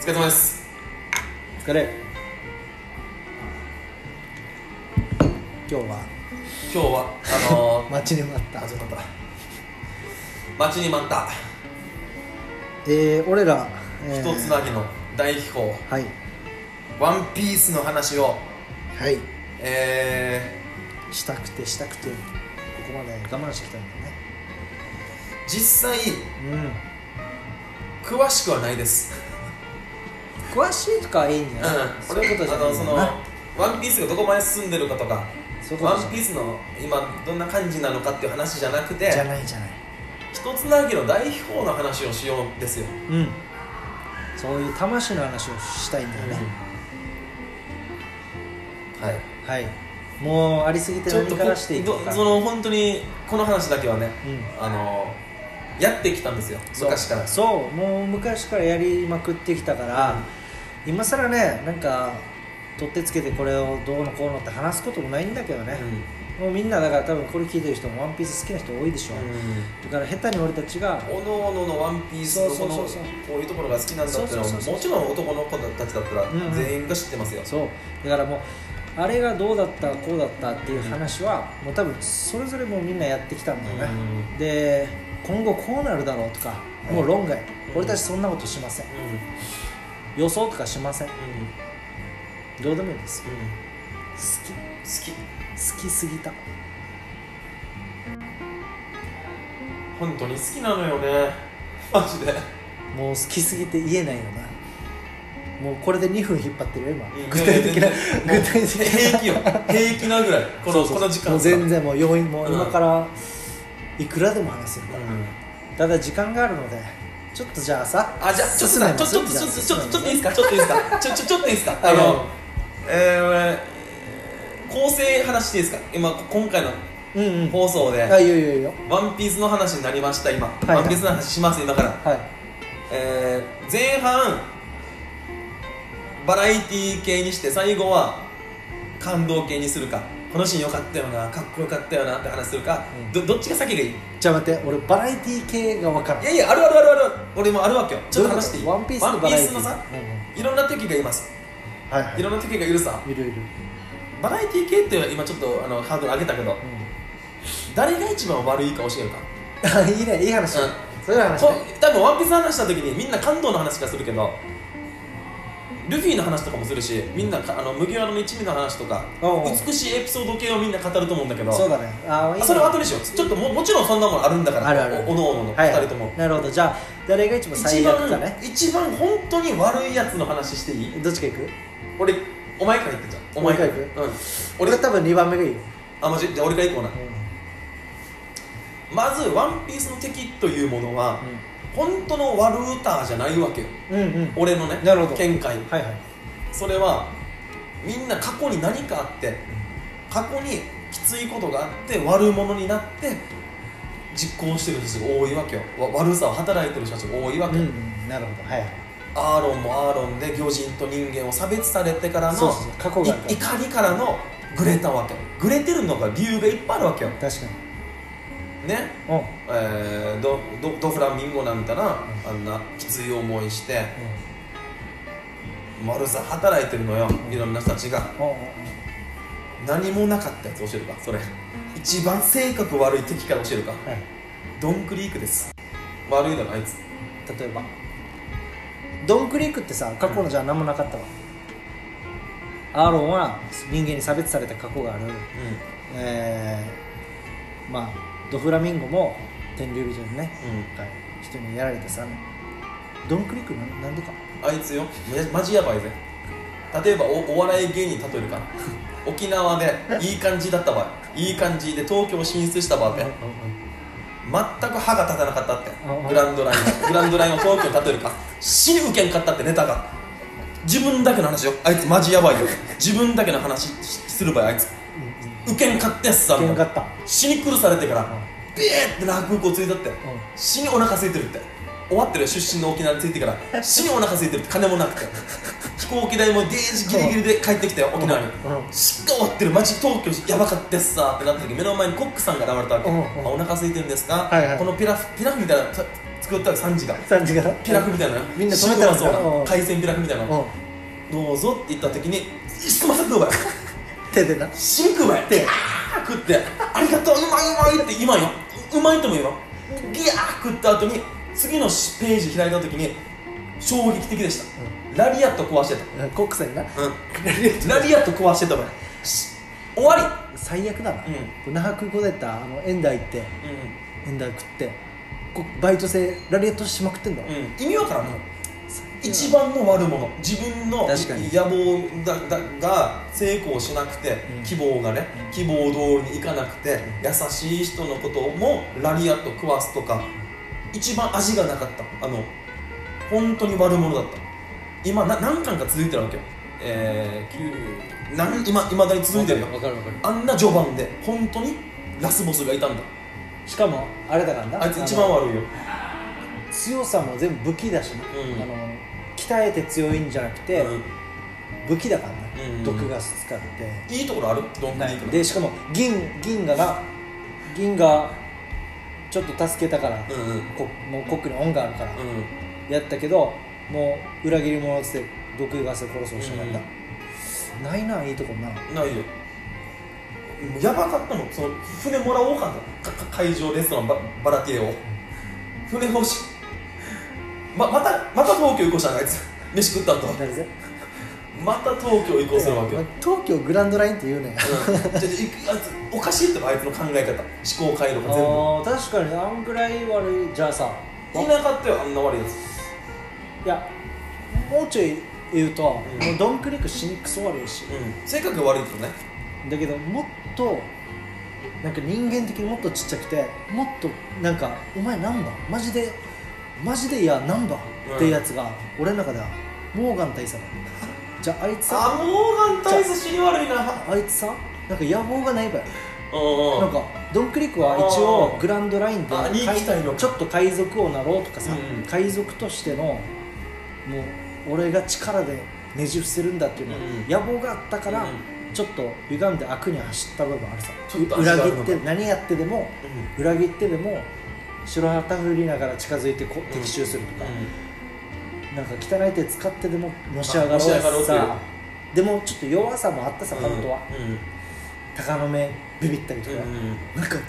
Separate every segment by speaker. Speaker 1: 疲れ様です
Speaker 2: 疲れ今日は
Speaker 1: 今日はあのー、
Speaker 2: 待ちに待った
Speaker 1: 始まった 待ちに待った
Speaker 2: えー、俺ら、え
Speaker 1: 一つなぎの大秘宝
Speaker 2: はい
Speaker 1: ワンピースの話を
Speaker 2: はい
Speaker 1: え
Speaker 2: したくてしたくてここまで我慢してきたんだ
Speaker 1: ー、実際
Speaker 2: よね
Speaker 1: 詳しくはないです
Speaker 2: うん詳しいとかはいいんじゃない、
Speaker 1: うん
Speaker 2: そういうことじゃ
Speaker 1: あ
Speaker 2: ない
Speaker 1: のその
Speaker 2: な
Speaker 1: ワンピースがどこまで進んでるかとか
Speaker 2: そういうこ
Speaker 1: ワ
Speaker 2: とじゃ
Speaker 1: ン
Speaker 2: な
Speaker 1: ピー
Speaker 2: い
Speaker 1: スの今どんな感じなのかっていう話じゃなく
Speaker 2: じゃ
Speaker 1: て
Speaker 2: ないじゃない
Speaker 1: 一つなぎの大秘宝の話をしようんですよ、
Speaker 2: うんそういう魂の話をしたいんだよね、
Speaker 1: はい
Speaker 2: はいもうありすぎて
Speaker 1: ちょっ
Speaker 2: 何
Speaker 1: と
Speaker 2: からしてい
Speaker 1: ど
Speaker 2: こうか
Speaker 1: その本当にこの話だけはね、
Speaker 2: うん
Speaker 1: あのやってきたんですよ
Speaker 2: そう
Speaker 1: 昔から
Speaker 2: そうもう昔からやりまくってきたから、今更ねなんか取ってつけてこれをどうのこうのって話すこともないんだけどね、もうみんなだから多分これ聞いてる人も「ワンピース好きな人多いでしょ、だから下手に俺たちが
Speaker 1: おのおののワンピースのこの
Speaker 2: そ
Speaker 1: こ
Speaker 2: うそうそうそう
Speaker 1: ういうところが好きなんだっていうのは
Speaker 2: そうそうそうそう
Speaker 1: もちろん男の子たちだった
Speaker 2: うんう
Speaker 1: ら
Speaker 2: ん
Speaker 1: 全員が知ってますよ、
Speaker 2: そうだからもうあれがどうだったこうだったっていう話は、もう多分それぞれもうみんなやってきたんだよね、で今後こうなるだろうとかもう論外、
Speaker 1: うん
Speaker 2: 俺たちそんなことしません予想とかしませんどうでもいいです好き
Speaker 1: 好き
Speaker 2: 好きすぎた
Speaker 1: 本当に好きなのよねマジで
Speaker 2: もう好きすぎて言えないよなもうこれで2分引っ張ってるよ今
Speaker 1: うん
Speaker 2: 具体的な
Speaker 1: もう
Speaker 2: 具体的な
Speaker 1: 平気よ平気なぐらいこの
Speaker 2: そうそうそう
Speaker 1: この時間
Speaker 2: もう全然もう要因もう
Speaker 1: うん
Speaker 2: 今からいくらでも話せる
Speaker 1: う
Speaker 2: から、
Speaker 1: ん
Speaker 2: ただ時間があるのでちょっとじゃあさ
Speaker 1: あじゃあちょっと
Speaker 2: 進め
Speaker 1: さ
Speaker 2: ま
Speaker 1: ちょ
Speaker 2: す
Speaker 1: ちょっと
Speaker 2: じゃ
Speaker 1: ちょっと
Speaker 2: あ
Speaker 1: ちょっとちょ
Speaker 2: 進
Speaker 1: っと
Speaker 2: め
Speaker 1: いい
Speaker 2: ます
Speaker 1: ですかちょっといいですかちょちょちょっといいですかあ
Speaker 2: いやいや
Speaker 1: のえー俺えー構成話していいですか今今回の
Speaker 2: うんうん
Speaker 1: 放送で
Speaker 2: あいいよいいよいいよ
Speaker 1: ワンピースの話になりました今、
Speaker 2: はい
Speaker 1: ワンピースの話します今から、
Speaker 2: はい
Speaker 1: えー前半バラエティ系にして最後は感動系にするかこのシーン良かったよなかっこよかったよなって話するか、
Speaker 2: うん
Speaker 1: どどっちが先がいいい
Speaker 2: じゃあ待って俺バラエティ系が分からん
Speaker 1: やいやあるあるあるある俺もあるわけよちょっと話していい
Speaker 2: どううことワンピースとバラエ
Speaker 1: ワン
Speaker 2: ティ
Speaker 1: ピースのさ
Speaker 2: うんうん
Speaker 1: いろんな敵がいます
Speaker 2: はいはい
Speaker 1: いろんな敵がいるさ
Speaker 2: いるいる、
Speaker 1: バラエティ系っていうのは今ちょっとあのハードル上げたけど誰が一番悪いか教えるか
Speaker 2: うん、 いいねいい話、
Speaker 1: うん
Speaker 2: そういう話
Speaker 1: こ
Speaker 2: ね
Speaker 1: 多分ワンピースの話した時にみんな感動の話がするけどルフィの話とかもするしみんなかあの麦わらの一味の話とか
Speaker 2: おうおう
Speaker 1: 美しいエピソード系をみんな語ると思うんだけど
Speaker 2: そうだねあい
Speaker 1: あ
Speaker 2: いね
Speaker 1: それは後にしようちょっとももちろんそんなものあるんだから
Speaker 2: あるある
Speaker 1: おおのおのの
Speaker 2: はい、
Speaker 1: 2人とも、
Speaker 2: なるほどじゃあ誰が一番
Speaker 1: 一
Speaker 2: 最悪か
Speaker 1: 番
Speaker 2: ね
Speaker 1: 一番本当に悪いやつの話していい
Speaker 2: どっちかいく
Speaker 1: 俺お前から言ってじゃんお前から
Speaker 2: 俺
Speaker 1: うん俺
Speaker 2: 俺が多分2番目がいいよ、
Speaker 1: あマジじゃあ俺から行こうなまずワンピースの敵というものは本当の悪ウターじゃないわけよ
Speaker 2: うん、うんうん
Speaker 1: 俺のね
Speaker 2: なるほど
Speaker 1: 見解
Speaker 2: はいはい
Speaker 1: それはみんな過去に何かあって過去にきついことがあって悪者になって実行してる人たちが多いわけよわ悪さを働いてる人たちが多いわ
Speaker 2: う
Speaker 1: け、
Speaker 2: ん、うん、なるほどはいはい
Speaker 1: アーロンもアーロンで魚人と人間を差別されてからの
Speaker 2: そうそうそう過去がある
Speaker 1: い怒りからのグレたわけグレてるのが理由がいっぱいあるわけよ
Speaker 2: 確かに
Speaker 1: ね
Speaker 2: うんうん
Speaker 1: えー、ドドドフラミンゴなんたらあんなきつい思いして悪さ働いてるのよいろんな人たちが
Speaker 2: うんうん
Speaker 1: 何もなかったやつ教えるかそれ一番性格悪い敵から教えるか
Speaker 2: はい
Speaker 1: ドンクリークです悪いだろあいつ
Speaker 2: 例えばドンクリークってさ過去のじゃあ何もなかったわ、アーロンは人間に差別された過去がある
Speaker 1: う
Speaker 2: えー、まあドフラミンゴも天竜人に
Speaker 1: んう
Speaker 2: ね
Speaker 1: ん
Speaker 2: 人にやられてさドンクリークななんでか
Speaker 1: あいつよめマジやばいぜ例えばおお笑い芸人例えるか 沖縄でいい感じだった場合いい感じで東京進出した場合って全く歯が立たなかったって
Speaker 2: うんうん
Speaker 1: グランドライングランドラインを東京に例えるか死にウケんかったってネタが自分だけの話よあいつマジやばいよ自分だけの話しする場合あいつウケんかったやつさ
Speaker 2: 喧嘩かった
Speaker 1: 死に苦されてからビーって落語をついたって死にお腹空いてるって終わってるよ出身の沖縄に着いて から死にお腹空いてるって金もなくて飛行機代もデージギリギリで帰ってきたよ沖縄に
Speaker 2: うん
Speaker 1: しっか終わってる街東京やばかったっすさってなった時目の前にコックさんが現れたわけ、
Speaker 2: うんうん
Speaker 1: あお腹空いてるんですか、
Speaker 2: はいはい
Speaker 1: このピラフピラフみたいなのた作作ったら3時が
Speaker 2: 3時から
Speaker 1: ピラフみたいな
Speaker 2: みんな止めたら
Speaker 1: 汁はそう
Speaker 2: う
Speaker 1: なんん海鮮ピラフみたいな
Speaker 2: うん
Speaker 1: どうぞって言った時に「すまさ食うばよ」
Speaker 2: 手でな
Speaker 1: 「死に食うばよ」って「食って「ありがとううまいうまい」って今ようまいとも言うよギャー食った後に次のページ開いた時に衝撃的でした、ラリアット壊して
Speaker 2: うんコックさんにな
Speaker 1: た、ラリアット壊してたばよし終わり
Speaker 2: 最悪だな、
Speaker 1: うん
Speaker 2: 那覇空港でやったあのエンダー行ってエンダー食ってこバイト生ラリエットしまくってんだ、
Speaker 1: うん、意味わからんもう一番の悪者自分の
Speaker 2: 確かに
Speaker 1: 野望だだが成功しなくて、
Speaker 2: うん
Speaker 1: 希望がね希望通りにいかなくて、優しい人のこともラリアット食わすとか一番味がなかったあの本当に悪者だった今な何巻か続いてるわけよえー、9なん今いまだに続いてるよ
Speaker 2: わかるわかる
Speaker 1: あんな序盤で本当にラスボスがいたんだ
Speaker 2: しかもあれだからな
Speaker 1: あいつ一番
Speaker 2: あの
Speaker 1: 悪いよ
Speaker 2: 強さも全部武器だしな、
Speaker 1: うん
Speaker 2: あの鍛えて強いんじゃなくて、
Speaker 1: うん
Speaker 2: 武器だからな、
Speaker 1: うん
Speaker 2: 毒ガス使って、
Speaker 1: いいところあるどんなにいい
Speaker 2: でしかも銀銀河が銀河ちょっと助けたから、
Speaker 1: うんうん
Speaker 2: こもうコックに恩があるから、
Speaker 1: うん
Speaker 2: やったけどもう裏切り者っつって毒ガスで殺そうとしてなんだ、ないないいとこな
Speaker 1: ないよもうやばかったもんその船もらおうかなかか海上レストランババラティエを船欲しいままたまた東京行こうしたんあいつ飯食った後
Speaker 2: 誰ぜ
Speaker 1: また東京行こうするわけよ、
Speaker 2: 東京グランドラインって言うねん
Speaker 1: うん、じゃじゃいあいつおかしいってばあいつの考え方思考回路が全部
Speaker 2: あー確かにあんぐらい悪いじゃあさ
Speaker 1: いなかったよあんな悪いやつ
Speaker 2: いやもうちょい言うと、
Speaker 1: うん
Speaker 2: もうドンクリックしにくそ悪いし
Speaker 1: うん性格が悪いですよね
Speaker 2: だけどもっとなんか人間的にもっとちっちゃくてもっとなんか「お前何番マジでマジでいや何番?」ってやつが、俺の中ではモーガン大佐だじゃああいつ
Speaker 1: あ
Speaker 2: さ
Speaker 1: モーガン大佐死に悪いなうん
Speaker 2: あいつさなんか野望がないばよ
Speaker 1: うん
Speaker 2: なんかドンクリックは一応グランドラインで
Speaker 1: あーあ人気体の
Speaker 2: ちょっと海賊王なろうとかさ、
Speaker 1: うん
Speaker 2: 海賊としてのもう俺が力でねじ伏せるんだっていうのは
Speaker 1: うん
Speaker 2: 野望があったから、
Speaker 1: うん
Speaker 2: ちょっと歪んで悪に走った部分あるさ
Speaker 1: ちょっと足が
Speaker 2: 裏
Speaker 1: あ
Speaker 2: 切
Speaker 1: るの
Speaker 2: っ
Speaker 1: か
Speaker 2: て何やってでも
Speaker 1: うん
Speaker 2: 裏切ってでも白旗振りながら近づいてこう敵襲するとか、なんか汚い手使ってでものし上がろう
Speaker 1: あのし上がろうという
Speaker 2: さでもちょっと弱さもあったさ
Speaker 1: うん
Speaker 2: 本当は、鷹の目ビビったりと
Speaker 1: うん
Speaker 2: か。
Speaker 1: うんうん
Speaker 2: ムカつみたいな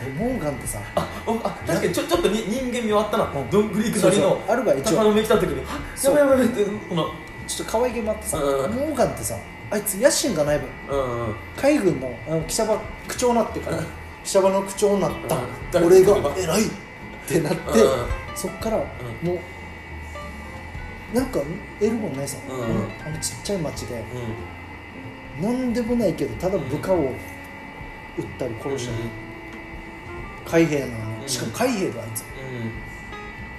Speaker 2: えモーガンってさ
Speaker 1: あおあ確かにちょちょっとに人間味はあったな、
Speaker 2: うん
Speaker 1: ドングリークなり
Speaker 2: そ
Speaker 1: の
Speaker 2: うそうあるわ一
Speaker 1: 高
Speaker 2: 応
Speaker 1: 野目来た時にあ「や
Speaker 2: そう
Speaker 1: ばいやばいやばい」ってこの
Speaker 2: ちょっと可愛げもあってさ、
Speaker 1: うん
Speaker 2: モーガンってさあいつ野心がない分
Speaker 1: うんうん
Speaker 2: 海軍のあの汽車場区長になってから
Speaker 1: うん
Speaker 2: 汽車場の区長になった、
Speaker 1: うん誰
Speaker 2: 俺
Speaker 1: 誰
Speaker 2: が
Speaker 1: が
Speaker 2: 偉いってなって、
Speaker 1: うん
Speaker 2: そっからも
Speaker 1: ん
Speaker 2: う、なんか得るもんないさ、
Speaker 1: うん
Speaker 2: あのちっちゃい町で
Speaker 1: うん
Speaker 2: なんでもないけどただ部下を撃ったり殺したり、海兵なのに、
Speaker 1: うん
Speaker 2: しかも海兵だあいつ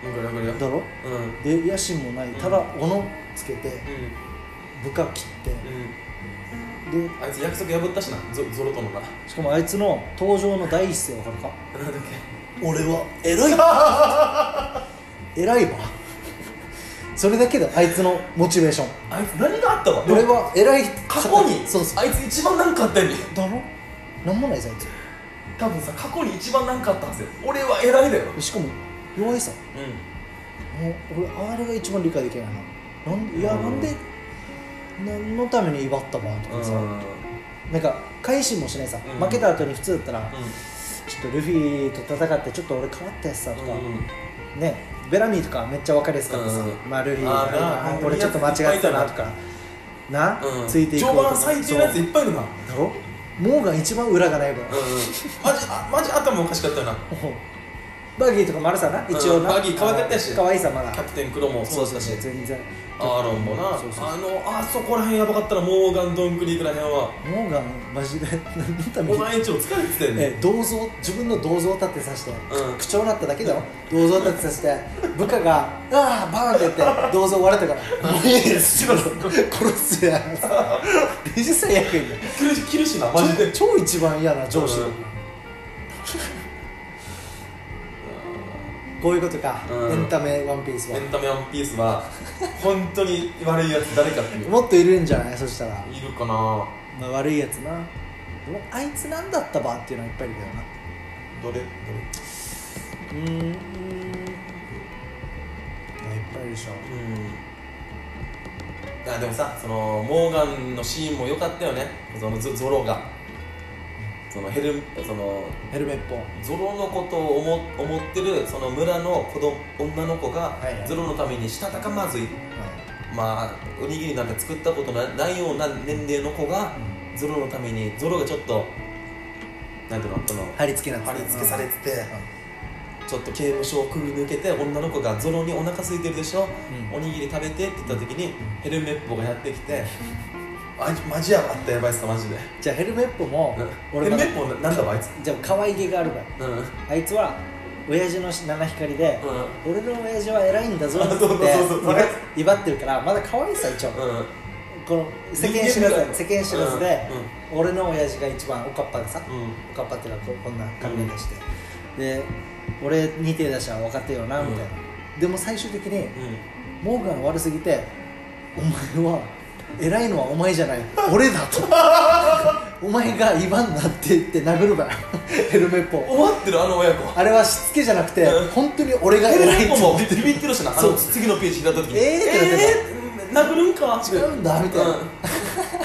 Speaker 1: うんうんうんうんうん
Speaker 2: だろ
Speaker 1: うんうん
Speaker 2: で野心もないただ斧つけて部下切ってで
Speaker 1: あいつ約束破ったしなゾゾロとのな
Speaker 2: しかもあいつの登場の第一声わかるか
Speaker 1: なんだっ
Speaker 2: 俺は偉い 偉いわそれだけであいつのモチベーション
Speaker 1: けあいつ何があったわ
Speaker 2: 俺は偉い
Speaker 1: 過去に
Speaker 2: そうそう
Speaker 1: あいつ一番なんかあったよね
Speaker 2: だろなんもないさあい
Speaker 1: 多分さ過去に一番なんかあったはずよ俺は偉いだよ
Speaker 2: つしかも弱いさ
Speaker 1: う
Speaker 2: もう俺あれが一番理解できないななんでいやなんで何のために威張ったわ
Speaker 1: んう
Speaker 2: とか
Speaker 1: ん
Speaker 2: さ、なんか返しもしないさ、
Speaker 1: うん
Speaker 2: 負けた後に普通だったら、ちょっとルフィと戦ってちょっと俺変わったやつさとか、ねベラミーとかめっちゃ分かりやすかったさ、
Speaker 1: うん
Speaker 2: まあルフィ
Speaker 1: あーな
Speaker 2: あ
Speaker 1: あー
Speaker 2: 俺ちょっと間違ってたなとかな、
Speaker 1: うんうん
Speaker 2: ついていこう
Speaker 1: 序
Speaker 2: と
Speaker 1: 盤
Speaker 2: か
Speaker 1: 最低のやつ
Speaker 2: そう
Speaker 1: いっぱいいるな
Speaker 2: だろモーガン一番裏がない分、
Speaker 1: うんうんマジあマジ頭おかしかったよな
Speaker 2: バギーとかもあるさな一応な、
Speaker 1: うんバギー可愛かったやし
Speaker 2: 可愛いさまだ
Speaker 1: キャプテンクロもそうだし
Speaker 2: 全然
Speaker 1: アーロンもな
Speaker 2: そうそう
Speaker 1: あのあそこら辺やばかったらモーガンドンクリークら辺は
Speaker 2: モーガンマジで 何のため
Speaker 1: お
Speaker 2: に
Speaker 1: 前んちも疲れてたよね
Speaker 2: え銅像自分の銅像を立てさせて、
Speaker 1: うん
Speaker 2: 口調になっただけだよ銅像を立てさせて部下が「ああバーン!」って言って銅像割れたから「もういいです
Speaker 1: うん
Speaker 2: 殺すやん」レジ最悪やん
Speaker 1: 切る切るしなマジで
Speaker 2: 超超一番嫌な上司だ、
Speaker 1: うん
Speaker 2: こういうことか、
Speaker 1: うん
Speaker 2: エンタメワンピースは
Speaker 1: エンタメワンピースは本当に悪いやつ誰かっていう
Speaker 2: もっといるんじゃないそしたら、
Speaker 1: いるかな
Speaker 2: まあ、悪いやつなでもあいつなんだったばっていうのはいっぱいいるけ
Speaker 1: ど
Speaker 2: どな
Speaker 1: れどれ
Speaker 2: うーんぱりでしょ
Speaker 1: うんあでもさそのモーガンのシーンも良かったよねそのゾゾロがそのヘルその
Speaker 2: ヘルメット
Speaker 1: ゾロのことを思思ってるその村の子供女の子が
Speaker 2: はいはい
Speaker 1: ゾロのためにしたたかまずい、まあおにぎりなんか作ったことなないような年齢の子がゾロのためにゾロがちょっとなんていうのその
Speaker 2: 貼り付けなん
Speaker 1: 貼り付けされ
Speaker 2: て
Speaker 1: てて、ちょっと刑務所をくぐり抜けて女の子がゾロにお腹空いてるでしょ、
Speaker 2: うん
Speaker 1: おにぎり食べてって言った時にヘルメッポがやってきてあマジやばったやばいっすかマジで
Speaker 2: じゃあヘルメットも
Speaker 1: ヘ
Speaker 2: 俺
Speaker 1: ル
Speaker 2: が
Speaker 1: メッポなんだわあいつ
Speaker 2: じゃあ可愛げがあるから
Speaker 1: うんうん
Speaker 2: あいつは親父の七光で俺の親父は偉いんだぞって
Speaker 1: そうそうそうそう
Speaker 2: 威張ってるからまだ可愛いさ一応
Speaker 1: うん
Speaker 2: この世間知ら
Speaker 1: 人間味があ
Speaker 2: ず
Speaker 1: る
Speaker 2: 世間知らずで
Speaker 1: うんうん
Speaker 2: 俺の親父が一番おかっぱでさ
Speaker 1: うん
Speaker 2: おかっぱっていうのはこうこんな髪型して、で俺に手出したら分かってるよなみたいな、でも最終的にモーガン悪すぎて「お前は偉いのはお前じ ゃない俺だ」と「お前が威張んな」って言って殴 るからヘルメッ
Speaker 1: うん
Speaker 2: ポ
Speaker 1: 思ってるあの親子
Speaker 2: あれはしつけじゃなくて
Speaker 1: うん
Speaker 2: 本当に俺が
Speaker 1: ヘル
Speaker 2: 偉い
Speaker 1: メッ
Speaker 2: と
Speaker 1: ポ
Speaker 2: 思
Speaker 1: も
Speaker 2: っ
Speaker 1: ビ
Speaker 2: て
Speaker 1: ビってるしなあ
Speaker 2: そ
Speaker 1: の
Speaker 2: う
Speaker 1: 次のページ開いた時に
Speaker 2: えーってなって
Speaker 1: えー殴るんか
Speaker 2: 違うんだみたいな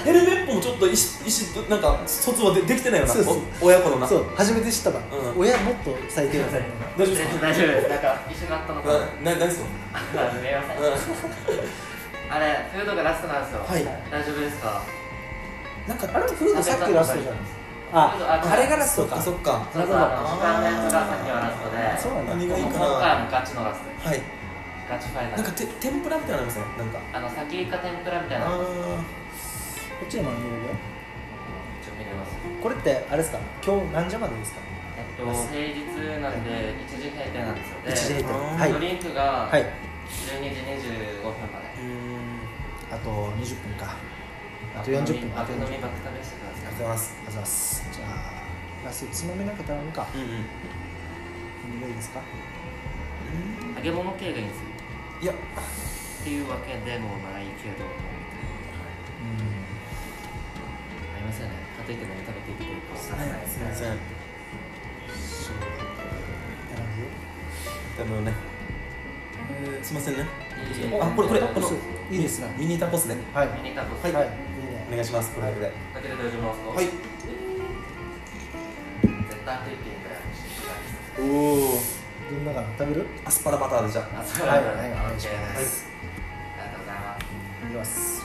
Speaker 1: ヘルメッポもちょっと意思意思なんか疎通はでできてないよな
Speaker 2: そうそう
Speaker 1: お親子のな
Speaker 2: そう初めて知ったわ、
Speaker 1: うん
Speaker 2: 親もっと最低だね
Speaker 1: 大丈夫
Speaker 3: 大
Speaker 1: ですか
Speaker 3: 丈夫ですなんか一緒になったのかな
Speaker 1: なな何ですか
Speaker 3: あ見えません
Speaker 1: う
Speaker 3: あれフードがラストなんですよ
Speaker 2: はい
Speaker 3: 大丈夫です
Speaker 1: ん
Speaker 3: か
Speaker 1: なんか
Speaker 2: あれフードさっきラストじゃないああれがラス
Speaker 1: そ
Speaker 2: ト
Speaker 1: っ
Speaker 2: か
Speaker 1: かそっか
Speaker 3: そうそうあの主観のやつがさっきはラス
Speaker 2: そ
Speaker 3: トで
Speaker 2: うなん
Speaker 1: 何
Speaker 2: だ
Speaker 1: がいい
Speaker 3: 今
Speaker 1: か
Speaker 3: 回
Speaker 1: な
Speaker 3: はもうガチのラストです
Speaker 1: はい
Speaker 3: ガチファイナ
Speaker 1: なんか
Speaker 3: ル
Speaker 1: て天ぷらみたいなのありますねなんか
Speaker 3: あの先イカ天ぷらみたいなちょっ
Speaker 1: あ
Speaker 2: こっちにも見れるよ
Speaker 3: と見れます
Speaker 2: これってあれですか今日何時までですか
Speaker 3: えっと平日なんで一時閉店なんですよ
Speaker 2: 1
Speaker 3: で
Speaker 2: 時閉店
Speaker 1: あー
Speaker 2: はい
Speaker 3: ドリンクが
Speaker 2: は
Speaker 3: 12
Speaker 2: い
Speaker 3: 時25分ま
Speaker 1: ー
Speaker 3: で
Speaker 1: うーん
Speaker 2: あと20分かあと40分
Speaker 3: あ
Speaker 2: あ
Speaker 3: と
Speaker 2: と
Speaker 3: 飲
Speaker 2: 40
Speaker 3: み
Speaker 2: 分
Speaker 3: あと飲みばっか食べしてくだ
Speaker 1: あり
Speaker 3: さ
Speaker 1: がとうございま
Speaker 3: い
Speaker 1: す
Speaker 2: あざいますじゃあラストつまみなんか頼むか
Speaker 1: うんうん
Speaker 2: 何がいいですか
Speaker 3: 揚げ物系がいいんです
Speaker 1: いや
Speaker 3: よっていうわけでもないけど
Speaker 2: う
Speaker 3: ありませんねかといって何食べていいか分からないです
Speaker 1: すいません
Speaker 2: んそう
Speaker 1: 多分ねすいませんね
Speaker 3: いい
Speaker 1: あこれこれこの
Speaker 2: いいですね
Speaker 1: ミニタコスね
Speaker 2: はい
Speaker 3: ミニタコス
Speaker 2: はいいい
Speaker 1: お
Speaker 2: ね
Speaker 1: 願いしますこれで
Speaker 3: だけで大丈夫なんですか
Speaker 1: はい
Speaker 3: 絶対フィリピンから欲しいです
Speaker 1: おお
Speaker 2: どんなかな食べる
Speaker 1: アスパラバターでじゃ
Speaker 3: あそう
Speaker 2: はい
Speaker 3: な
Speaker 2: は
Speaker 3: んだ
Speaker 2: いお願いし
Speaker 3: OK
Speaker 2: ま
Speaker 3: で
Speaker 2: す
Speaker 3: すありがとうござい
Speaker 2: いき
Speaker 3: ます
Speaker 2: ます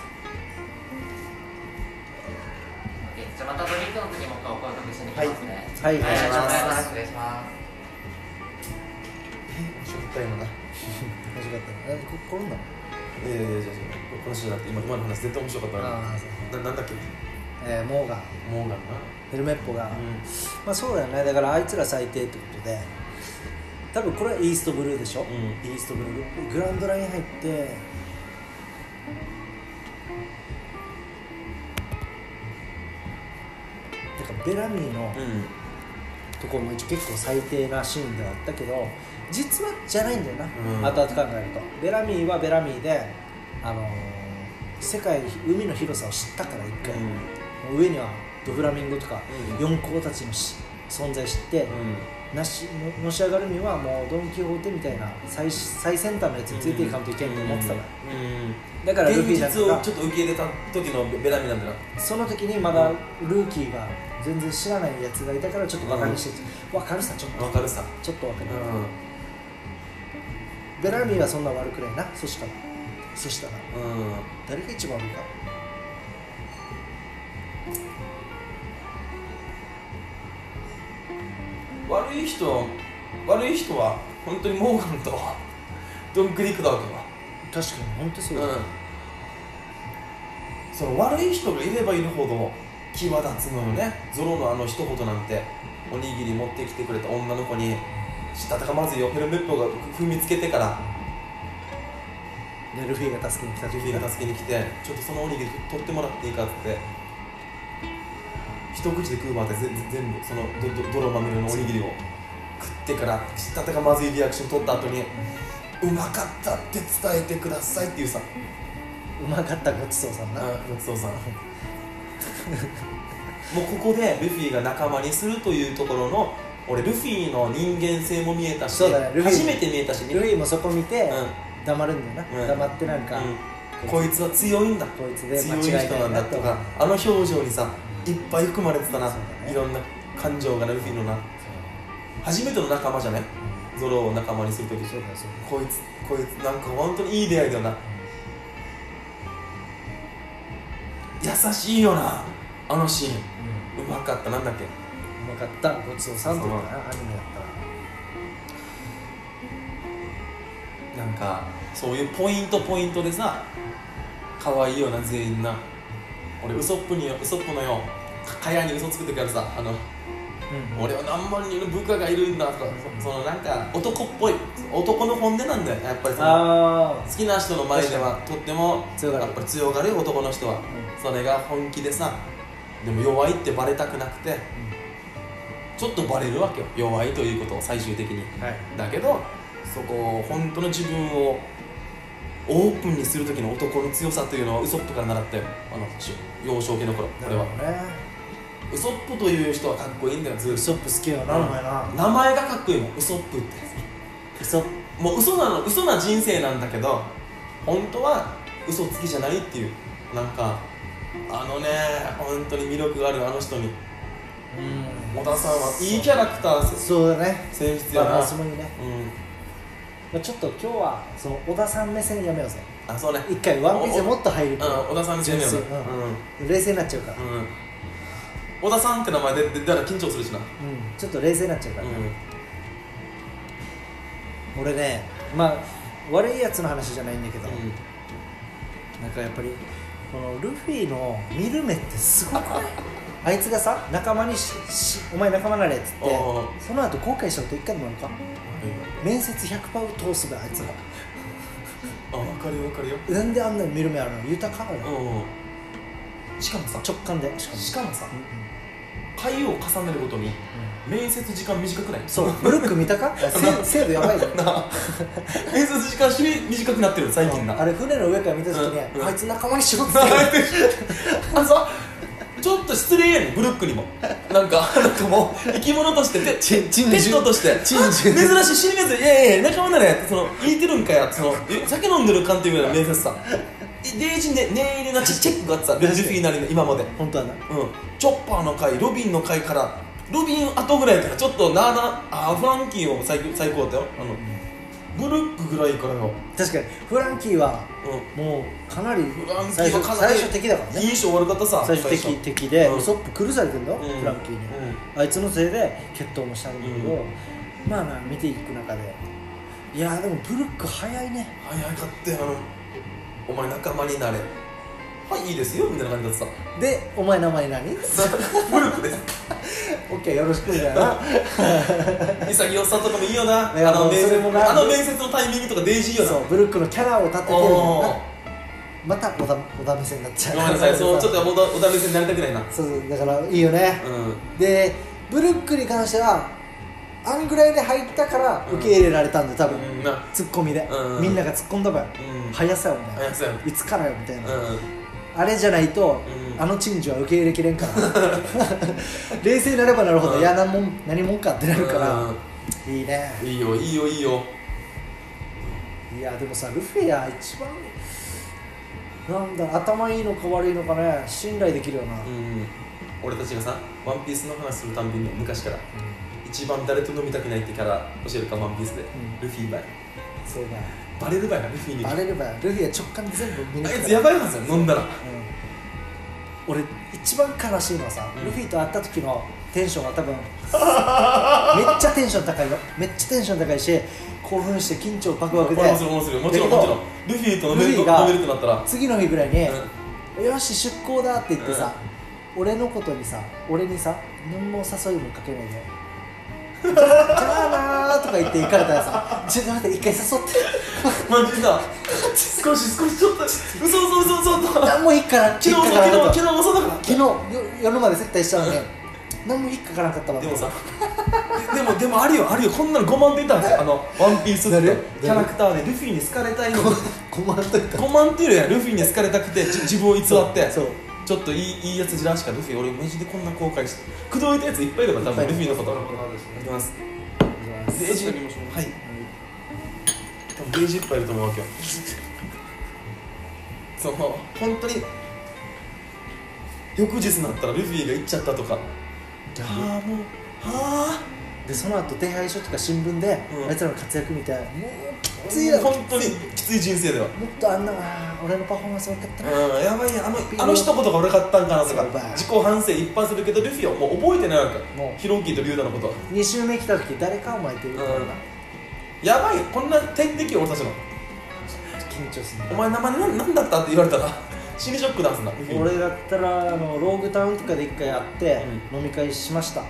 Speaker 3: じゃあまたドリンクの時もお声かけしに来ますね
Speaker 2: はいはい
Speaker 3: お願いします
Speaker 1: 面白かった今な
Speaker 2: 面白かったねえここれなんだ
Speaker 1: いやいやいやいやこの人だって今今の話絶対面白かったな
Speaker 2: ああそう
Speaker 1: ななんだっけ
Speaker 2: えーモーガン
Speaker 1: モーガン
Speaker 2: ヘルメッポが
Speaker 1: なうん
Speaker 2: まあそうだよねだからあいつら最低ってことで多分これはイーストブルーでしょ、
Speaker 1: う
Speaker 2: イーストブルーグランドライン入ってだからベラミーの
Speaker 1: うん
Speaker 2: ところも一応結構最低なシーンではあったけど実はじゃないんだよな、
Speaker 1: うん
Speaker 2: 後々考えるとベラミーはベラミーで、あのー世界海の広さを知ったから一回、上にはドフラミンゴとか
Speaker 1: うん
Speaker 2: 四皇たちのし存在知って、なしののし上がるにはもうドン・キホーテみたいな最最先端のやつについていかんといけんと思ってたから、だからル
Speaker 1: 現
Speaker 2: フィなん
Speaker 1: 実を
Speaker 2: か
Speaker 1: ちょっと受け入れた時のベラミなんだな
Speaker 2: その時にまだルーキーが全然知らないやつがいたからちょっとバカにしてて、わかるさちょっと
Speaker 1: わかるさ
Speaker 2: ちょっとわか
Speaker 1: う
Speaker 2: る、
Speaker 1: ん
Speaker 2: ベラミーはそんな悪くないなそしたらそしたら
Speaker 1: うん
Speaker 2: 誰が一番悪いか
Speaker 1: 悪い人悪い人は本当にモーガンとドン・クリックだわけは
Speaker 2: 確かに本当そうだ、
Speaker 1: うんその悪い人がいればいるほど際立つのよねゾロのあの一言なんておにぎり持ってきてくれた女の子にしたたかまずいよヘルメットが踏みつけてから
Speaker 2: でルフィが助けに来た
Speaker 1: ジェ
Speaker 2: 時
Speaker 1: フィーが助けに来てちょっとそのおにぎり取ってもらっていいかっつって一口で食うまで全全部そのどど泥まみれのおにぎりを食ってからしたたかまずいリアクション取った後にうまかったって伝えてくださいっていうさ
Speaker 2: うまかったごちそうさんな、
Speaker 1: あごち そうさんもうここでルフィが仲間にするというところの俺ルフィの人間性も見えたし
Speaker 2: そうだねルフィ
Speaker 1: 初めて見えたし
Speaker 2: ルフィもそこ見て、
Speaker 1: うん
Speaker 2: 黙るんだよな、
Speaker 1: うん
Speaker 2: 黙ってなんか、
Speaker 1: うんこいつは強いんだ
Speaker 2: こいつで
Speaker 1: 強い
Speaker 2: 間違い
Speaker 1: 人
Speaker 2: な
Speaker 1: ないん
Speaker 2: な
Speaker 1: だ
Speaker 2: と
Speaker 1: と
Speaker 2: か
Speaker 1: かあの表情にさいっぱい含まれてたな、
Speaker 2: そうだね
Speaker 1: いろんな感情がなルフィのな
Speaker 2: そ
Speaker 1: 初めての仲間じゃないうゾロを仲間にするとき
Speaker 2: だよそうだよ
Speaker 1: こいつこいつなんか本当にいい出会いだよな優しいよなあのシーン
Speaker 2: うん
Speaker 1: うまかったなんだっけ
Speaker 2: うまかったごちそうさんとかなアニメだっ
Speaker 1: なんかそういうポイントポイントでさ可愛いよな全員な俺ウソップにウソップのよかやに嘘つく時あるさあの
Speaker 2: たら、うん
Speaker 1: 俺は何万人の部下がいるんだとかそそのなんか男っぽい男の本音なんだよやっぱりその
Speaker 2: あ
Speaker 1: 好きな人の前ではとっても
Speaker 2: 強がる
Speaker 1: やっぱり強がるよ男の人は、
Speaker 2: う
Speaker 1: それが本気でさでも弱いってバレたくなくてちょっとバレるわけよ弱いということを最終的に
Speaker 2: あはい
Speaker 1: だけどそこを本当の自分をオープンにする時の男の強さというのはウソップから習ったよあのし幼少期の頃
Speaker 2: な
Speaker 1: 俺
Speaker 2: る
Speaker 1: は
Speaker 2: ほどね
Speaker 1: ウソップという人はかっこいいんだよずっ
Speaker 2: ウ
Speaker 1: と
Speaker 2: ソップ好きよな、お前な
Speaker 1: 名前がかっこいいもんウソップって
Speaker 2: ウソッ
Speaker 1: もう嘘なの嘘な人生なんだけど本当は嘘つきじゃないっていうなんかあのね本当に魅力があるあの人に
Speaker 2: うん
Speaker 1: 小田さんはいいキャラクターせ
Speaker 2: そうだね
Speaker 1: 選出や
Speaker 2: バ
Speaker 1: な
Speaker 2: ランスもいいね、
Speaker 1: うん
Speaker 2: まあ、ちょっと今日はその小田さん目線やめようぜ
Speaker 1: あそうね
Speaker 2: 一回ワンピースでもっと入
Speaker 1: う
Speaker 2: る
Speaker 1: ん小田さんの
Speaker 2: 純
Speaker 1: 全
Speaker 2: 粋
Speaker 1: 然
Speaker 2: う
Speaker 1: う
Speaker 2: ん
Speaker 1: ん
Speaker 2: 冷静になっちゃうから、
Speaker 1: うん小田さんって名前で出たら緊張するしな、う
Speaker 2: うんちょっと冷静になっちゃうから、
Speaker 1: ん、
Speaker 2: 俺ねまあ悪いやつの話じゃないんだけど、なんかやっぱりこのルフィの見る目ってすごくない あいつがさ仲間にししお前仲間なれっつって
Speaker 1: おうおう
Speaker 2: その後後悔したこと一回でもあるか面接100%通すがあいつが
Speaker 1: あ分かるよ分かるよ
Speaker 2: なんであんなに見る目あるの豊かなのよ
Speaker 1: うんしかもさ
Speaker 2: 直感でしかも
Speaker 1: しかもさ
Speaker 2: うんうん
Speaker 1: 回を重ねるごとに面接時間短くない
Speaker 2: そうブルック 見たか精精度やばいよ
Speaker 1: な面接時間し短くなってる最近な
Speaker 2: あれ船の上から見た時
Speaker 1: うんう
Speaker 2: に
Speaker 1: ん
Speaker 2: あいつ仲間にしようっつって
Speaker 1: あのさちょっと失礼やねんブルックにもなんかなんかもう生き物としてて
Speaker 2: ちんちん
Speaker 1: ペットとして
Speaker 2: ちんちん
Speaker 1: 珍しい死に別いやいやいや仲間ならやってその言いてるんかやってそのえ酒飲んでる感っていうぐらいの面接さデイジね念入りなチチェックがあってさルフィなりの今までうん
Speaker 2: 本当はな
Speaker 1: チョッパーの回ロビンの回からロビン後ぐらいからちょっとなあなああフランキーも最最高だったよあのブルックぐらいからよ、
Speaker 2: 確かにフランキーは
Speaker 1: うん、
Speaker 2: もうかなり
Speaker 1: フランキ
Speaker 2: 最
Speaker 1: ーは
Speaker 2: 初
Speaker 1: かなり
Speaker 2: 最初敵だからね
Speaker 1: 印象悪かったさ
Speaker 2: 最初敵敵で
Speaker 1: うん
Speaker 2: ウソップ狂されてんだよ、
Speaker 1: うん
Speaker 2: フランキーに、
Speaker 1: うん
Speaker 2: あいつのせいで決闘もしたんだけど、
Speaker 1: う
Speaker 2: まあまあ見ていく中でいやーでもブルック早いね
Speaker 1: 早かったよお前仲間になれはいいいですよみたいな感じだった
Speaker 2: でお前 名前何
Speaker 1: ブルックです
Speaker 2: オッケーよろしくみたいな
Speaker 1: 潔さとかもいいよない
Speaker 2: や
Speaker 1: あの
Speaker 2: もう
Speaker 1: 面
Speaker 2: それもな
Speaker 1: 接あの面接のタイミングとかデイジーよ
Speaker 2: そ
Speaker 1: な
Speaker 2: うブルックのキャラを立ててるんだよ
Speaker 1: お
Speaker 2: な
Speaker 1: ー
Speaker 2: またおだおだめせになっちゃう
Speaker 1: ごめんなさいそうちょっ
Speaker 2: と
Speaker 1: とおだおだめせになりたくないな
Speaker 2: そうそうだからいいよね、
Speaker 1: う
Speaker 2: でブルックに関してはあんぐらいで入ったから受け入れらられたんで多分、
Speaker 1: んうんな
Speaker 2: ツッコミで、
Speaker 1: うん
Speaker 2: みんなが突っ込んだ分、
Speaker 1: うん
Speaker 2: 速さよみたいな
Speaker 1: 早そうや
Speaker 2: いつからよみたいな、
Speaker 1: なうん
Speaker 2: あれじゃないと、
Speaker 1: うん
Speaker 2: あのチンジュは受け入れきれ んから冷静になればなるほど、
Speaker 1: うん
Speaker 2: いや何もん何もんかってなるから、いいね
Speaker 1: うんいいよいいよいいよ
Speaker 2: いやでもさルフィは一番なんだ頭いいのか悪いのかね信頼できるよな、
Speaker 1: うん俺たちがさワンピースの話するたんびに昔から一番誰と飲みたくないってキャラ教えるかワンピースで
Speaker 2: ん
Speaker 1: ルフィ以外
Speaker 2: そうだ
Speaker 1: バレるばいなルフィに
Speaker 2: バレればルフィは直感で全部見抜
Speaker 1: あい
Speaker 2: く
Speaker 1: つ
Speaker 2: から
Speaker 1: やばいはずよ飲んだら
Speaker 2: うん俺一番悲しいのはさ、
Speaker 1: うん
Speaker 2: ルフィと会った時のテンションは 多分めっちゃテンション高いよめっちゃテンション高いし興奮して緊張バクバクで
Speaker 1: 俺もする俺もするもちろん
Speaker 2: だ
Speaker 1: も
Speaker 2: け
Speaker 1: ち
Speaker 2: ど
Speaker 1: ろんルフィと飲める
Speaker 2: ルフ
Speaker 1: 飲
Speaker 2: ィが
Speaker 1: めるってなったら
Speaker 2: 次の日ぐらいに、
Speaker 1: う
Speaker 2: よし出航だって言ってさ、俺のことにさ俺にさ何も誘いもかけないでじゃあなーとか言って行かれたらさちょっと待って一回誘って
Speaker 1: んマジでさ少し少しちょっと嘘嘘嘘嘘嘘昨
Speaker 2: 何もいいから
Speaker 1: 日も
Speaker 2: 引っ
Speaker 1: 昨
Speaker 2: かからなかっ
Speaker 1: 日
Speaker 2: た
Speaker 1: 昨日もそうだか
Speaker 2: 昨日よ夜まで接待しちゃうのに何も引っかからなかったわ
Speaker 1: らでもさでもでもあるよあるよこんなの5万点いたんですよあのワンピースって
Speaker 2: 誰
Speaker 1: キャラクターでルフィに好かれたいの
Speaker 2: 困っといた
Speaker 1: 5万点いるやんルフィに好かれたくてじ自分を偽って
Speaker 2: そう
Speaker 1: ちょっといいいいやつじらんしかルフィ俺マジでこんな後悔して口説いたやついっぱいいるから多分ルフィのこといきます
Speaker 2: じゃあ
Speaker 1: デイジーはい
Speaker 2: はい
Speaker 1: 多ゲージいっぱいいると思うわけよその本当に翌日になったらルフィが行っちゃったとか
Speaker 2: じゃあ
Speaker 1: ああもうあ
Speaker 2: でその後手配書とか新聞で、
Speaker 1: うん
Speaker 2: あいつらの活躍みたいもうき
Speaker 1: あ
Speaker 2: ついよもっ
Speaker 1: 本当にきつい人生では
Speaker 2: とあんなあー俺のパフォーマンス悪かったな
Speaker 1: うんやばいやあのあの一言が俺かったんかなとか
Speaker 2: やばい
Speaker 1: 自己反省いっぱいするけどルフィはもう覚えてないわけ
Speaker 2: もう
Speaker 1: ヒロキとリュウダのことは
Speaker 2: 2周目来た時誰かお前って言うからな
Speaker 1: やばいこんな天敵よ俺たちの
Speaker 2: 緊張する
Speaker 1: お前名前なんなんだったって言われたら心理ショックなんすなルフィ
Speaker 2: 俺だったらあのローグタウンとかで一回会って、飲み会しました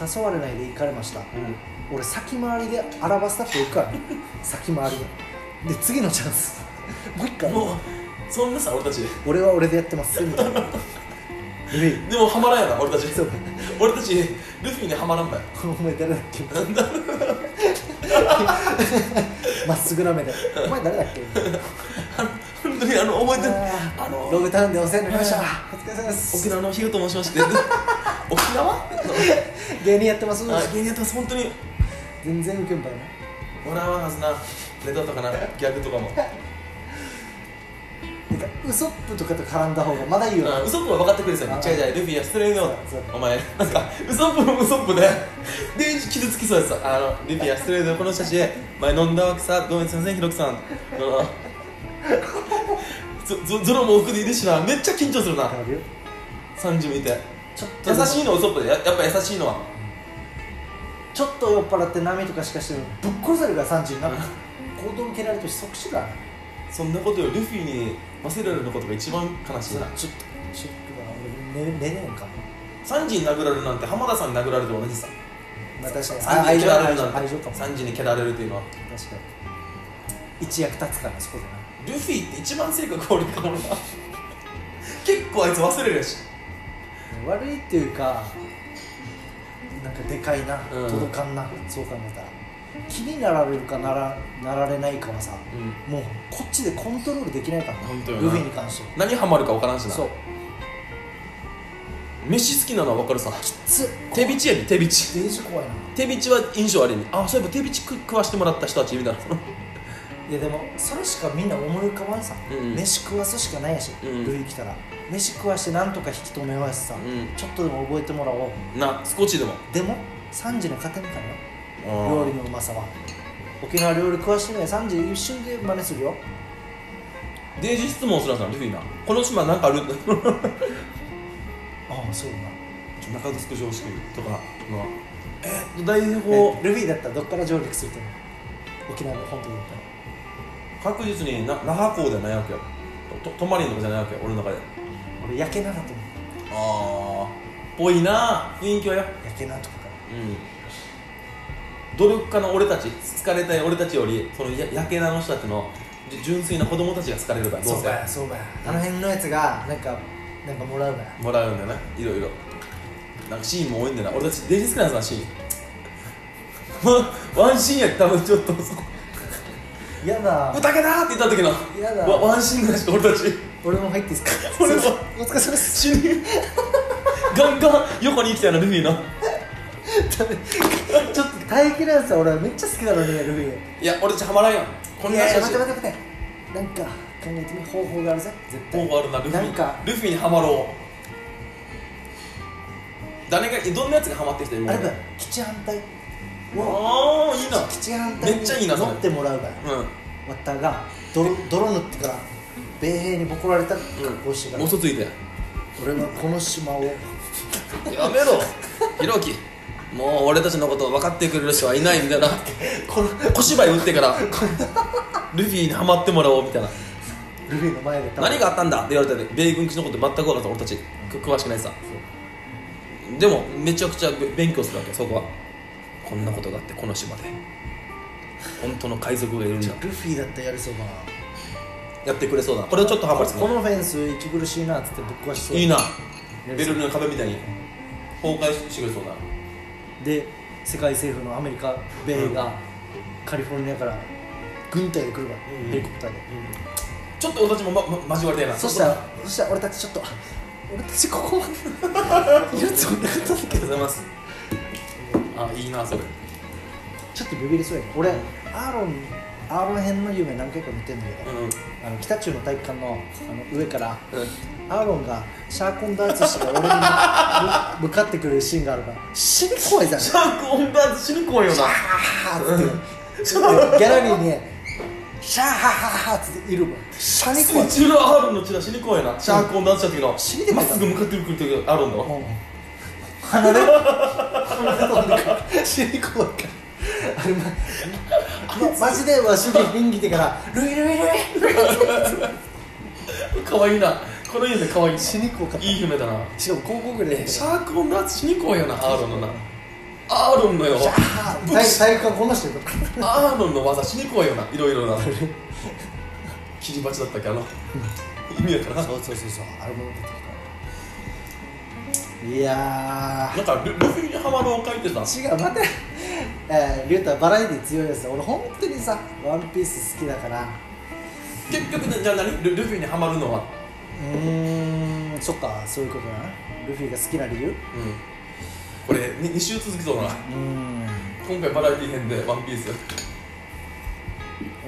Speaker 2: 誘われないで行かれました
Speaker 1: うんうん
Speaker 2: 俺先回りでアラバスタッフ行くから ね先回りでで次のチャンスもう一回
Speaker 1: もうそんなさ俺たち
Speaker 2: 俺は俺でやってますみた いなルイ
Speaker 1: でもハマらんやな俺たち
Speaker 2: そう
Speaker 1: 俺たちルフィにはまらんだよ
Speaker 2: お前誰だっけなんだ まっすぐな目でお前誰だっけ
Speaker 1: あの本当にあの覚えてる
Speaker 2: あ
Speaker 1: あの
Speaker 2: ログタウンでお世話になりました
Speaker 1: あ
Speaker 2: お疲れ様です
Speaker 1: 沖縄のヒルと申しま して沖縄
Speaker 2: 芸人やってます
Speaker 1: あ芸人やってます本当に
Speaker 2: 全然ウケんばいな
Speaker 1: 笑わんはずなネタと かなギャグとかも
Speaker 2: なんかウソップとかと絡んだ方がまだいいよな
Speaker 1: うんウソップは分かってくれてたよ
Speaker 2: あ
Speaker 1: 違う違うルフィは失礼よ
Speaker 2: そう
Speaker 1: お前なんかウソップもウソップでで傷つきそうやつあのルフィは失礼よこの人たち前飲んだわけさごめんすいませんヒロキさんあの ゾゾゾロも奥でいるしなめっちゃ緊張するな
Speaker 2: あるよ
Speaker 1: 3時見て
Speaker 2: ちょっと
Speaker 1: 優しいのはウソップでややっぱ優しいのは
Speaker 2: ちょっと酔っ払って波とかしかしてもぶっ殺されるから3時になる行動を蹴られると即死だ
Speaker 1: そんなことよりルフィに忘れられることが一番悲しいな
Speaker 2: ちょっとショックだな俺寝寝ねえんかも
Speaker 1: 3時に殴られるなんて浜田さんに殴られると同じさ
Speaker 2: まあ確かに
Speaker 1: 3時に蹴られる
Speaker 2: 愛情
Speaker 1: なん
Speaker 2: 愛
Speaker 1: て
Speaker 2: 情かも確か
Speaker 1: 3時に蹴られるっていうのは
Speaker 2: に一役立つからそこでな
Speaker 1: ルフィって一番性格悪いかもな結構あいつ忘れるし
Speaker 2: 悪いっていうかなんかでかいな、
Speaker 1: うん
Speaker 2: 届かんなそう考えたら気になられるかならなられないかはさ
Speaker 1: うん
Speaker 2: もうこっちでコントロールできないからな
Speaker 1: 本当
Speaker 2: ル
Speaker 1: よな
Speaker 2: フィに関しては
Speaker 1: 何ハマるか分からんしな
Speaker 2: そう
Speaker 1: 飯好きなのは分かるさ
Speaker 2: つ
Speaker 1: 手びちやに手びち
Speaker 2: 電車怖いな
Speaker 1: 手びちは印象ある意味あそういえば手びち食食わしてもらった人たちみたいない
Speaker 2: やでもそれしかみんな思い浮かばんさ、
Speaker 1: うんうん
Speaker 2: 飯食わすしかないやし、
Speaker 1: うん
Speaker 2: ルフィ来たら飯食わしてなんとか引き止めますさ、
Speaker 1: う
Speaker 2: ちょっとでも覚えてもらおうん
Speaker 1: な少しでも
Speaker 2: でも3時の糧みたいな料理のうまさは沖縄料理食わしてね3時一瞬で真似するよ
Speaker 1: デイジ質問するさルフィなこの島なんかある ちょ
Speaker 2: ああそうだな
Speaker 1: 中城城式とかのえっと大砲
Speaker 2: えルフィだったらどっから上陸すると思う沖縄の本当だっ
Speaker 1: 確実にな那覇港ではないわけよと泊まりんとかじゃないわけよ俺の中で
Speaker 2: たら俺焼けなだと
Speaker 1: あ
Speaker 2: 思
Speaker 1: あぽいな雰囲気はよ
Speaker 2: う焼けなとかか
Speaker 1: うん努力家の俺たち疲れたい俺たちよりそのややけなの人たちのじゅ純粋な子供たちが疲れるからどう
Speaker 2: そうか
Speaker 1: せ
Speaker 2: やそうかやあの辺のやつがなんかなんかもらうから
Speaker 1: もらうんだよないろいろなんかシーンも多いんだよな俺たちデジ好きなんですなシーンワン ワンシーンやけ多分ちょっとそう
Speaker 2: 嫌だ
Speaker 1: 宴だって言った時の
Speaker 2: 嫌だ
Speaker 1: わワンシーンぐらいしか俺た ち
Speaker 2: 俺も入っていいですか
Speaker 1: 俺も
Speaker 2: すいませんお疲れ様です
Speaker 1: 死ぬガンガン横に生きたよなルフィの
Speaker 2: ちょっと耐えきれんさ俺はめっちゃ好きだろねルフィ
Speaker 1: いや俺たちハマらんよこん
Speaker 2: い
Speaker 1: な
Speaker 2: やいや
Speaker 1: 人た
Speaker 2: 待
Speaker 1: ち
Speaker 2: て待て待てなんか考えてみ方法があるぜ絶対
Speaker 1: 方法あるなルフィ
Speaker 2: なんか
Speaker 1: ルフィにハマろう誰がどんなやつがハマってきた今
Speaker 2: あれだよ基地反対を
Speaker 1: ああいいな
Speaker 2: 基地反対
Speaker 1: めっちゃいい
Speaker 2: に
Speaker 1: なそれ
Speaker 2: 乗ってもらうから
Speaker 1: う
Speaker 2: ワッターが泥泥塗ってから米兵にボコられた格好をして
Speaker 1: ん
Speaker 2: か
Speaker 1: も
Speaker 2: ら
Speaker 1: う、一ついて
Speaker 2: 俺はこの島を
Speaker 1: やめろひろきもう俺たちのこと分かってくれる人はいないみ たいな
Speaker 2: この
Speaker 1: 小芝居打ってからルフィにハマってもらおうみたいな
Speaker 2: ルフィの前で
Speaker 1: 何があったんだって言われたで米軍基地のこと全く分からず俺たちく詳しくないさでもめちゃくちゃべ勉強するわけそこはこんなことがあってこの島で本当の海賊がいるんだ
Speaker 2: ルフィだったらやりそうだな
Speaker 1: やってくれそうだなこれをちょっとハマりす
Speaker 2: このフェンス息苦しいなっつってぶっ壊しそう
Speaker 1: いいなベルリンの壁みたいに崩壊してくれそうだ
Speaker 2: で世界政府のアメリカ米兵がカリフォルニアから軍隊で来るから、
Speaker 1: うん
Speaker 2: ヘリコプターで、
Speaker 1: ちょっと俺たちも、まま、交わりたいな
Speaker 2: そしたらそしたら俺たちちょっと俺たちここまでいるつもりなかったんだ
Speaker 1: あ
Speaker 2: け
Speaker 1: り
Speaker 2: ど
Speaker 1: がとうございますあいいなそれ
Speaker 2: ちょっとビビりそうやね俺アーロンあの辺の夢何回か見てんだけど、
Speaker 1: うん
Speaker 2: あの北中の体育館のあの上からアーロンがシャーコンダーツして俺に ぶ向かってくるシーンがあるから死に怖いじゃん
Speaker 1: シャークオンダーズ死にこいよな
Speaker 2: ハーってちょっ とギャラリーにシャーハーハーハーっているもんシャに怖い
Speaker 1: チルアーロンの血だ死にこいよなシャークオンダーズした時の
Speaker 2: 死にて
Speaker 1: ま
Speaker 2: ま
Speaker 1: っ
Speaker 2: した
Speaker 1: すぐ向かってくる時のアーロンの
Speaker 2: もう離れ離れ飛んでから死に怖いからあれままマジでわしに演技てからルイルイルイ
Speaker 1: 可愛いなこの夢可愛い
Speaker 2: 死
Speaker 1: し
Speaker 2: に怖かっ
Speaker 1: いい夢だな
Speaker 2: たしかも広告で
Speaker 1: シャークオンダーズ死にこいよなアーロンのなアーロンのよ
Speaker 2: あー体体育館こんなしてる
Speaker 1: アーロンの技しにこいよないろいろな切り鉢だったっけあの意味やからな
Speaker 2: そうそうそうそうあれも出てきたいや
Speaker 1: なんかルルフィにハマるおかいってさ
Speaker 2: ー違う待って、えー、リュウタバラエティ強いですよ俺本当にさワンピース好きだから
Speaker 1: 結局ねじゃあ何ルルフィにハマるのは
Speaker 2: うーんそっかそういうことだなルフィが好きな理由う
Speaker 1: うんこれ 2, 週続きそうだな
Speaker 2: ーん
Speaker 1: 今回バラエティ編で「ワンピース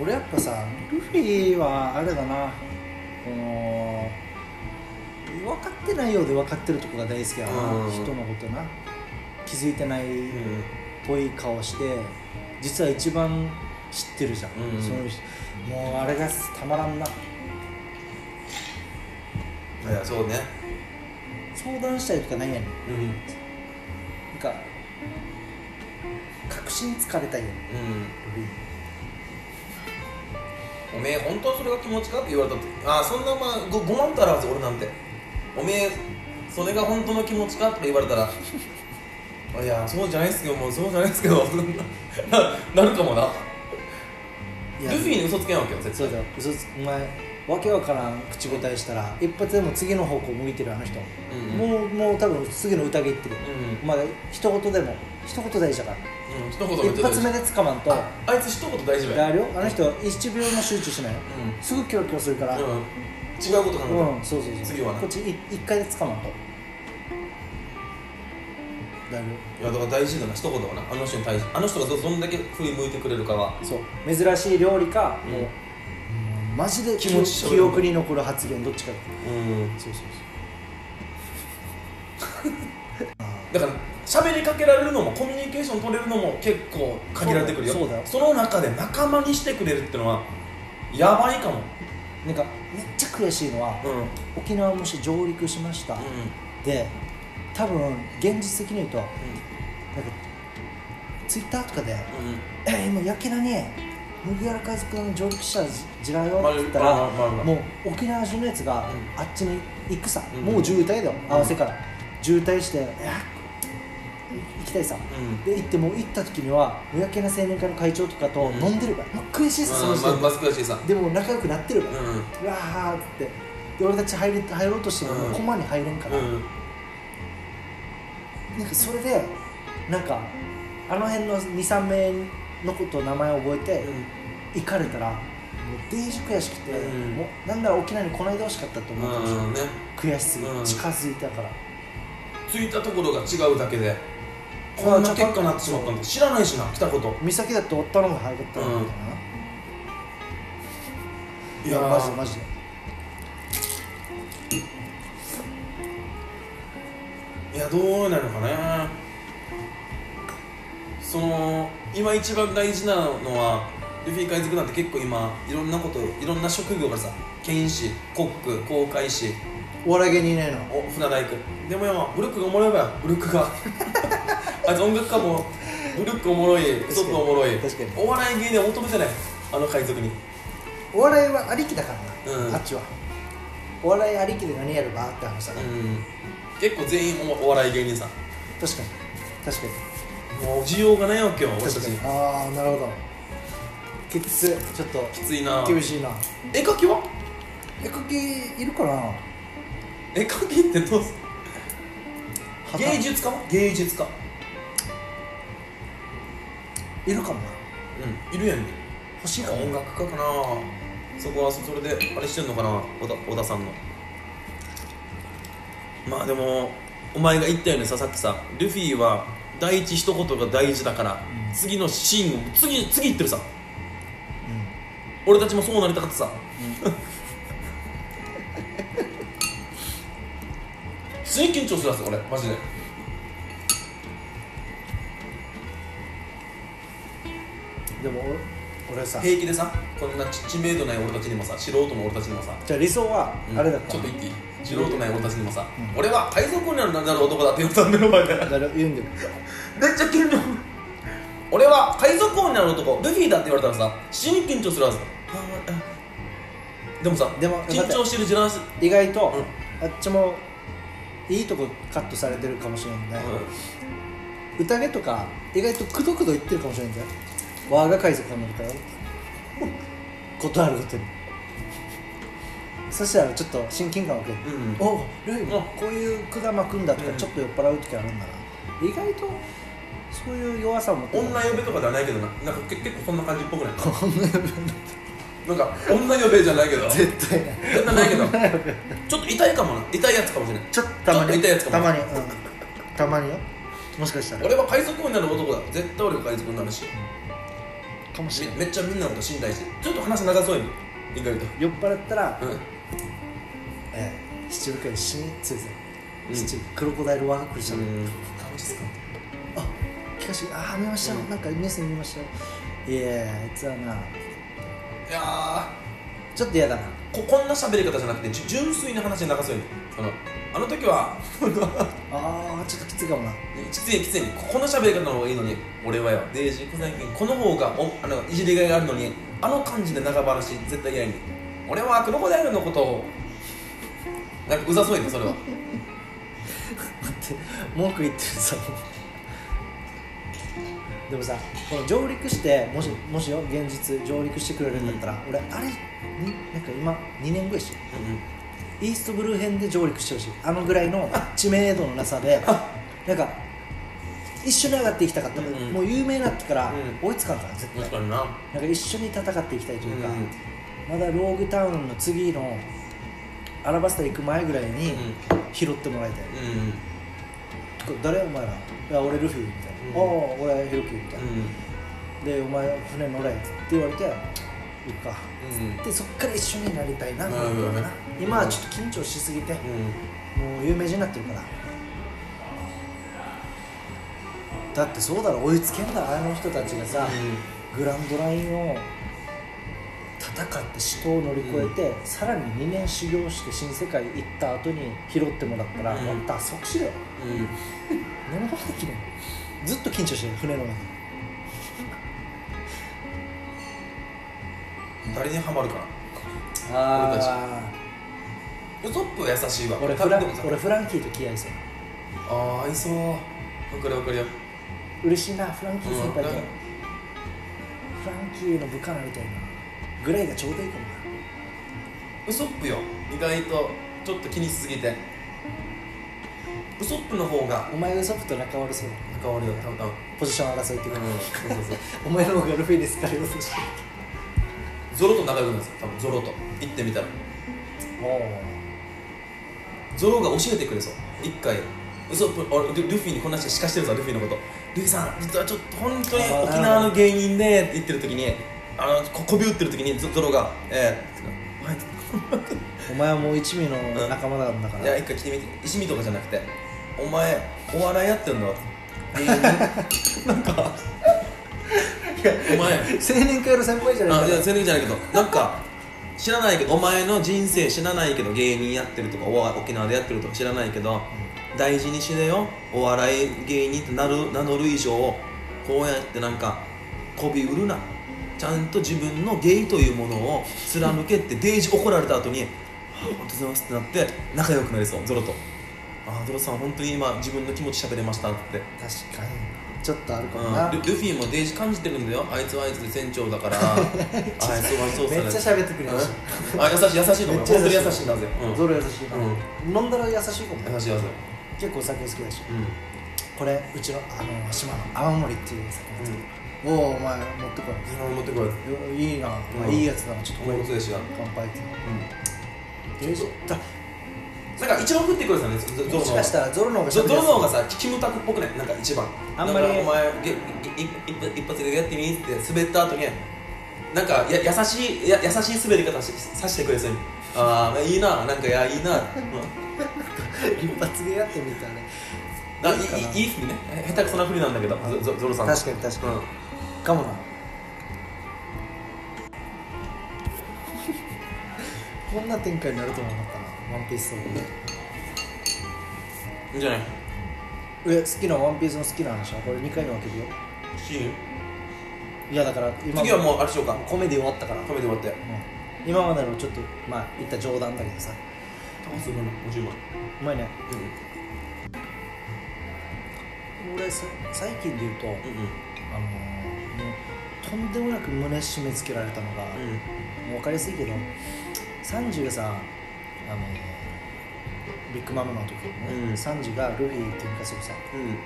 Speaker 2: 俺やっぱさルフィはあれだなこの分かってないようで分かってるとこが大好きやな
Speaker 1: うん
Speaker 2: 人のことな気づいてない、
Speaker 1: うん
Speaker 2: っぽい顔して実は一番知ってるじゃん、
Speaker 1: うん
Speaker 2: その人もうあれがたまらんない
Speaker 1: やそうね
Speaker 2: 相談したりとかないやねん
Speaker 1: うん
Speaker 2: なんか確信つかれたいやねん
Speaker 1: うんおめえ本当はそれが気持ちかって言われたってああそんなまあごごまんとあるはず俺なんておめえそれが本当の気持ちかとか言われたらいやそうじゃないっすけどもうそうじゃないっすけど ななるかもなルフィに嘘つけんわけよ絶
Speaker 2: そう
Speaker 1: 対
Speaker 2: だよ嘘つお前わけわからん口答えしたら一発でも次の方向向いてるあの人、
Speaker 1: うん
Speaker 2: もうもう多分次の宴行ってる、
Speaker 1: う
Speaker 2: まあ一言でも一言大事だか
Speaker 1: うん一言
Speaker 2: ら
Speaker 1: めっち
Speaker 2: 一
Speaker 1: ゃ大
Speaker 2: 発
Speaker 1: 事
Speaker 2: 目で捕まんと
Speaker 1: ああいつ一言大丈夫
Speaker 2: や
Speaker 1: や
Speaker 2: るよあの人1秒も集中しないよ
Speaker 1: うん
Speaker 2: すぐキョロキョロするから、
Speaker 1: うん違うこと考え
Speaker 2: うん、そうそうそう
Speaker 1: 次はな
Speaker 2: こっちい一回で捕まんとだいぶ
Speaker 1: いやだから大事だな一言はなあの人に対してあの人がどどんだけ振り向いてくれるかは
Speaker 2: そう珍しい料理か、
Speaker 1: うん
Speaker 2: もうマジで
Speaker 1: 気持
Speaker 2: 気持
Speaker 1: ち
Speaker 2: ち記憶に残る発言どっちか
Speaker 1: うん
Speaker 2: そうそうそ
Speaker 1: だから喋りかけられるのもコミュニケーション取れるのも結構限られてくるよ
Speaker 2: そうだよ
Speaker 1: の中で仲間にしてくれるってのはやばいかも
Speaker 2: うなんかめっちゃ悔しいのは、
Speaker 1: うんうん
Speaker 2: 沖縄もし上陸しました、で多分現実的に言うとなんかツイッターとかで「え今やけなに麦わら海賊の上陸したじらよ」って言ったら、
Speaker 1: も
Speaker 2: もう沖縄人のやつが
Speaker 1: う
Speaker 2: あっちに行くさ、
Speaker 1: うん
Speaker 2: もう渋滞だよ、
Speaker 1: ん
Speaker 2: 合わせから渋滞して、いや行きたいさ、
Speaker 1: うん
Speaker 2: で行ってもう行った時には親けな青年会の会長とかと
Speaker 1: うん
Speaker 2: 飲んでるから、もう悔しいさその
Speaker 1: うん
Speaker 2: 人、
Speaker 1: ままず悔しいさ
Speaker 2: でも仲良くなってる
Speaker 1: う
Speaker 2: から、うんわーっつってで俺たち入れ入ろうとしてももう駒に入れんから、
Speaker 1: うん
Speaker 2: なんかそれでなんかあの辺の23名のこと名前を覚えて、行かれたらもうデージ悔しくて、
Speaker 1: うん
Speaker 2: もうなんなら沖縄に来ないでほしかったと思うかもしれない、
Speaker 1: うんね
Speaker 2: 悔しすぎ、
Speaker 1: うん
Speaker 2: 近づいたから
Speaker 1: 着いたところが違うだけでこんな結果になってしまったんだ知らないしな来たこと
Speaker 2: 美咲だっておったのが早かったのみたいな、
Speaker 1: い
Speaker 2: い
Speaker 1: や
Speaker 2: や
Speaker 1: ー
Speaker 2: マジでマジで
Speaker 1: いやどうなのかねその今一番大事なのはルフィ海賊なんて結構今いろんなこといろんな職業がさ剣士コック航海士
Speaker 2: お笑い芸人いないの
Speaker 1: お船大工でもよブルックがおもろいわよブルックが あいつ音楽家もブルックおもろいウソップおもろい
Speaker 2: 確かに
Speaker 1: お笑い芸人は求めてないあの海賊に
Speaker 2: お笑いはありきだからな、
Speaker 1: うん
Speaker 2: あっちはお笑いありきで何やるかって話だね、
Speaker 1: うん結構全員おお笑い芸人さ
Speaker 2: 確かに確かに
Speaker 1: もう需要がないわけよ私た
Speaker 2: 確
Speaker 1: ち
Speaker 2: かにああなるほどきついちょっと
Speaker 1: きついな
Speaker 2: 厳しいな
Speaker 1: 絵描きは
Speaker 2: えかきいるかな
Speaker 1: 絵描きってどうす芸術家は芸術家
Speaker 2: いるかもな
Speaker 1: うんいるやんね
Speaker 2: 欲しいかも
Speaker 1: 音楽家かなそこはそれであれしてんのかな小田小田さんのまあでもお前が言ったよねささっきさルフィは第一一言が大事だから、次のシーンを次次行ってるさ
Speaker 2: う
Speaker 1: 俺たちもそうなりたかったさ すげえ緊張するやつ俺マジで
Speaker 2: でも俺俺さ
Speaker 1: 平気でさこんな知知名度ない俺たちにもさ素人の俺たちにもさ
Speaker 2: じゃあ理想は
Speaker 1: うん
Speaker 2: あれだった
Speaker 1: ちょ
Speaker 2: の
Speaker 1: っと言っていい素人ない俺たちにもさ、
Speaker 2: うん
Speaker 1: 俺は海賊王になるなんだろう男だって言ったんだよお 前
Speaker 2: だ
Speaker 1: めっ
Speaker 2: から言うんだよ
Speaker 1: ちゃ緊張俺は海賊王になる男ルフィだって言われたらさ死に緊張するはずああでもさ
Speaker 2: でも
Speaker 1: 緊張してるジェラス、
Speaker 2: 意外と
Speaker 1: うん、
Speaker 2: あっちもいいとこカットされてるかもしれないんだよ
Speaker 1: う
Speaker 2: 宴とか意外とくどくど言ってるかもしれないんだよ我が海賊になるから 断ることにそしたらちょっと親近感を受ける、
Speaker 1: んうん
Speaker 2: おルイ
Speaker 1: うん
Speaker 2: こういう管巻くんだとか
Speaker 1: うん
Speaker 2: ちょっと酔っ払う時あるんだな、意外とそういう弱さを持って
Speaker 1: 女
Speaker 2: よ
Speaker 1: 呼べ とかではないけどななんかけ結構そんな感じっぽくないなんか女呼べじゃないけど絶
Speaker 2: 絶対ない
Speaker 1: 対ないけどちょっと痛いかもな痛いやつかもしれない
Speaker 2: ちょっとたま
Speaker 1: ちょっと
Speaker 2: に
Speaker 1: 痛いやつか
Speaker 2: た
Speaker 1: も
Speaker 2: まに、うん、たまによもしかしたら
Speaker 1: 俺は海賊王になる男だ絶対俺が海賊になるし
Speaker 2: かもしれない
Speaker 1: めめっちゃみんなのこと信頼してちょっと話長そうに意外と
Speaker 2: 酔っ払ったら、
Speaker 1: うん
Speaker 2: えー七部会新つい
Speaker 1: うん
Speaker 2: 七部クロコダイルワークルしたの、
Speaker 1: 楽し
Speaker 2: あ聞かしてああ見ました、
Speaker 1: うん
Speaker 2: なんかニュースで見ましたよいやあいつはない
Speaker 1: やー
Speaker 2: ちょっと嫌だな
Speaker 1: ここんな喋り方じゃなくてじゅ純粋な話で長そうにそのあの時は
Speaker 2: ああちょっときついかもな
Speaker 1: きついきついにここの喋り方の方がいいのに俺はよデイジー小崎この方がおあのいじりがいがあるのにあの感じで長話絶対嫌いに俺はクロコダイルのことをなんかうざそうにねそれは
Speaker 2: 待って文句言ってるさでもさこの上陸してもしもしよ現実上陸してくれるんだったら、俺あれになんか今2年ぐらいしてイーストブルー編で上陸してほしいあのぐらいの知名度のなさでなんか一緒に上がっていきたかった、
Speaker 1: うんうん
Speaker 2: もう有名になってから
Speaker 1: う
Speaker 2: 追いつかんから絶対、
Speaker 1: 確かにな
Speaker 2: なんか一緒に戦っていきたいというか、
Speaker 1: うん
Speaker 2: まだローグタウンの次のアラバスタ行く前ぐらいに拾ってもらいたい、
Speaker 1: うんうん
Speaker 2: これ誰お前らいや俺ルフィみたいな、
Speaker 1: うん
Speaker 2: ああ俺ヒロキみたいな、でお前船乗れって言われて行くか
Speaker 1: うんうん
Speaker 2: でそっから一緒になりたいな、
Speaker 1: なるほどね
Speaker 2: 今はちょっと緊張しすぎて、もう有名人になってるからだってそうだろ追いつけんだあの人たちがさ、グランドラインを戦って死闘を乗り越えて、さらに2年修行して新世界行った後に拾ってもらったら、
Speaker 1: うん
Speaker 2: もう打足死だよ
Speaker 1: うんうん
Speaker 2: 何もできないずっと緊張してる船の中で
Speaker 1: 誰にハマるかな
Speaker 2: あ
Speaker 1: ウソップは優しいわ
Speaker 2: 俺
Speaker 1: 多
Speaker 2: フラ
Speaker 1: 分
Speaker 2: ン
Speaker 1: でもさ
Speaker 2: 俺フランキーと気合いそう
Speaker 1: ああ合いそうわかるわかるよ
Speaker 2: 嬉しいなフランキー先輩と、
Speaker 1: うん
Speaker 2: フランキーの部下になりたいなぐらいがちょうどいいかもな
Speaker 1: ウソップよ意外とちょっと気にしすぎてウソップの方が
Speaker 2: お前ウソップと仲悪そうだ
Speaker 1: 関わるよ多分多分
Speaker 2: ポジション争いっていうか、
Speaker 1: うんそうそうそう
Speaker 2: お前の方がルフィですからよそし
Speaker 1: ゾロと仲良くなるんですよ多分ゾロと行ってみたら
Speaker 2: おお
Speaker 1: ゾロが教えてくれそう一回ウソップ俺ルルフィにこんな話しかしてるぞルフィのことルフィさん実はちょっと本当に
Speaker 2: あー
Speaker 1: 沖縄の芸人でって言ってる時にあのここび打ってる時にゾゾロが「えーはい
Speaker 2: お前はもう一味の仲間なんだか
Speaker 1: い
Speaker 2: ら、
Speaker 1: や一回聞いてみて石見とかじゃなくてお前お笑いやってん の芸人なんかお前
Speaker 2: 青年会の先輩じゃない
Speaker 1: あ
Speaker 2: ん
Speaker 1: い
Speaker 2: だ
Speaker 1: や全然じゃないけどなんか知らないけどお前の人生知らないけど芸人やってるとかお笑い沖縄でやってるとか知らないけど大事にしねよお笑い芸人ってなる名乗る以上こうやってなんかこび売るなちゃんと自分の芸というものを貫けってデイジ怒られた後に「あありがとうございます」ってなって仲良くなりそうゾロと「ああゾロさん本当に今自分の気持ち喋れました」って。
Speaker 2: 確かにちょっとあるかもな、
Speaker 1: うん、ルルフィもデイジ感じてるんだよあいつはあいつで船長だから あいつはそう
Speaker 2: めっちゃ喋ってくれるし、
Speaker 1: うんあ優しい優しいと思う本当に優しいんだぜ、うん、
Speaker 2: ゾロ優しいな、飲んだら優しいかも
Speaker 1: 優しい優しい
Speaker 2: 結構お酒好きだし
Speaker 1: うん
Speaker 2: これうちのあの島の泡盛っていう酒持ってる、おおお前持ってこ
Speaker 1: うん持ってこい
Speaker 2: いよいいな、
Speaker 1: うん
Speaker 2: いいやつだなちょっとこ
Speaker 1: こ
Speaker 2: れ
Speaker 1: ういうことでしょ
Speaker 2: 乾杯って
Speaker 1: うん
Speaker 2: えだ
Speaker 1: なんか一番食ってくるさねゾゾロの
Speaker 2: もしかしたらゾロの方が
Speaker 1: ゾ
Speaker 2: 喋り
Speaker 1: ゾ
Speaker 2: や
Speaker 1: ロの
Speaker 2: すい
Speaker 1: 方がさキムタクっぽくないなんか一番
Speaker 2: あんまり
Speaker 1: なんかお前げげ一一一発でやってみーって滑った後になんかや優しいや優しい滑り方しさしてくれそうにああいいななんかいやいいな、うん
Speaker 2: 一発芸やってみたね
Speaker 1: ないいいいい振りね下手くそな振りなんだけどゾゾゾロさん
Speaker 2: 確かに確かに
Speaker 1: うん
Speaker 2: かもなこんな展開になると思わなかったなワンピースとかね
Speaker 1: いいんじゃない
Speaker 2: え好きなワンピースの好きな話はこれ2回に分けるよ
Speaker 1: シーン
Speaker 2: いやだから今
Speaker 1: 次はもうあれしようか
Speaker 2: コメディ終わったから、うん
Speaker 1: 止めて終わって
Speaker 2: 今までのちょっとまあ言った冗談だけどさ
Speaker 1: タコスの50万
Speaker 2: うまいね
Speaker 1: うんうん
Speaker 2: 俺さ最近で言うと、
Speaker 1: う
Speaker 2: あのーもうとんでもなく胸締め付けられたのが、
Speaker 1: んうん
Speaker 2: もう分かりやすいけど30がさあのビッグマムの時にね、
Speaker 1: うん
Speaker 2: 30がルフィ喧嘩するさ
Speaker 1: うん
Speaker 2: で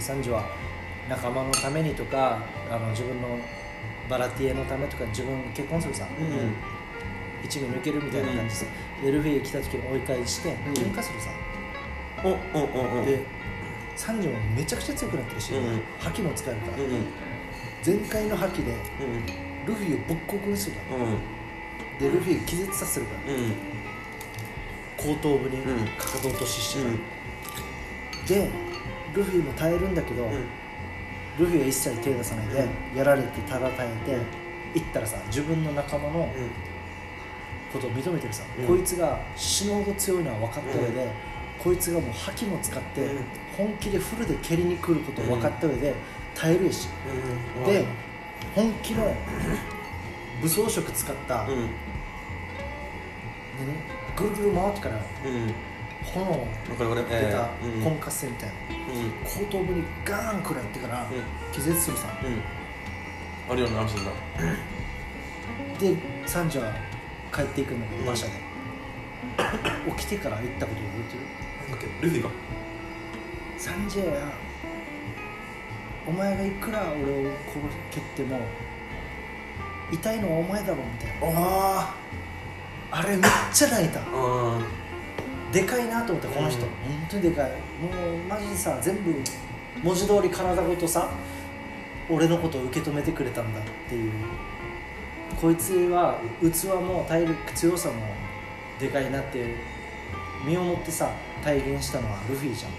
Speaker 2: 30は仲間のためにとかあの自分のバラティエのためとか自分結婚するさ、
Speaker 1: うん
Speaker 2: 一部抜けるみたいな感じで,、でルフィ来た時に追い返して
Speaker 1: ん
Speaker 2: 喧嘩するさ、
Speaker 1: おうんうんうん
Speaker 2: で30もめちゃくちゃ強くなってるし、
Speaker 1: うん
Speaker 2: 覇気も使えるから、
Speaker 1: うんうん
Speaker 2: 全開の覇気でルフィをボッコボコにするか
Speaker 1: うんうん
Speaker 2: らでルフィ気絶させるから
Speaker 1: うん
Speaker 2: 後頭部に
Speaker 1: うん
Speaker 2: かかと落としして
Speaker 1: う
Speaker 2: た、
Speaker 1: ん
Speaker 2: でルフィも耐えるんだけど、ルフィは一切手出さないで、やられてただ耐えて行ったらさ自分の仲間のことを認めてるさ、
Speaker 1: うん
Speaker 2: こいつが死ぬほど強いのは分かった上で、こいつがもう覇気も使って、
Speaker 1: うん
Speaker 2: 本気でフルで蹴りに来ることを分かった上で、耐えるやし、
Speaker 1: うん
Speaker 2: で本気の武装色使った、
Speaker 1: うん
Speaker 2: 何ぐるぐる回ってから
Speaker 1: うん
Speaker 2: 炎を
Speaker 1: これこれ
Speaker 2: 出た
Speaker 1: うん
Speaker 2: 婚活戦みたいな、
Speaker 1: うん
Speaker 2: 後頭部にガーン食らってから
Speaker 1: う
Speaker 2: 気絶するさ、
Speaker 1: うんあるよなアムステルダム
Speaker 2: でサンジは帰っていくの
Speaker 1: うん
Speaker 2: 馬車で、起きてから行ったこと覚えてる
Speaker 1: なんだっけルフィか
Speaker 2: サンジはお前がいくら俺を殺蹴っても痛いのはお前だろみたいな
Speaker 1: あ
Speaker 2: あれめっちゃ泣いた
Speaker 1: あうん
Speaker 2: でかいなと思ったこの人、
Speaker 1: うん
Speaker 2: 本当にでかいもうマジでさ全部文字通り体ごとさ俺のことを受け止めてくれたんだっていうこいつは器も体力強さもでかいなって身をもってさ体現したのはルフィじゃん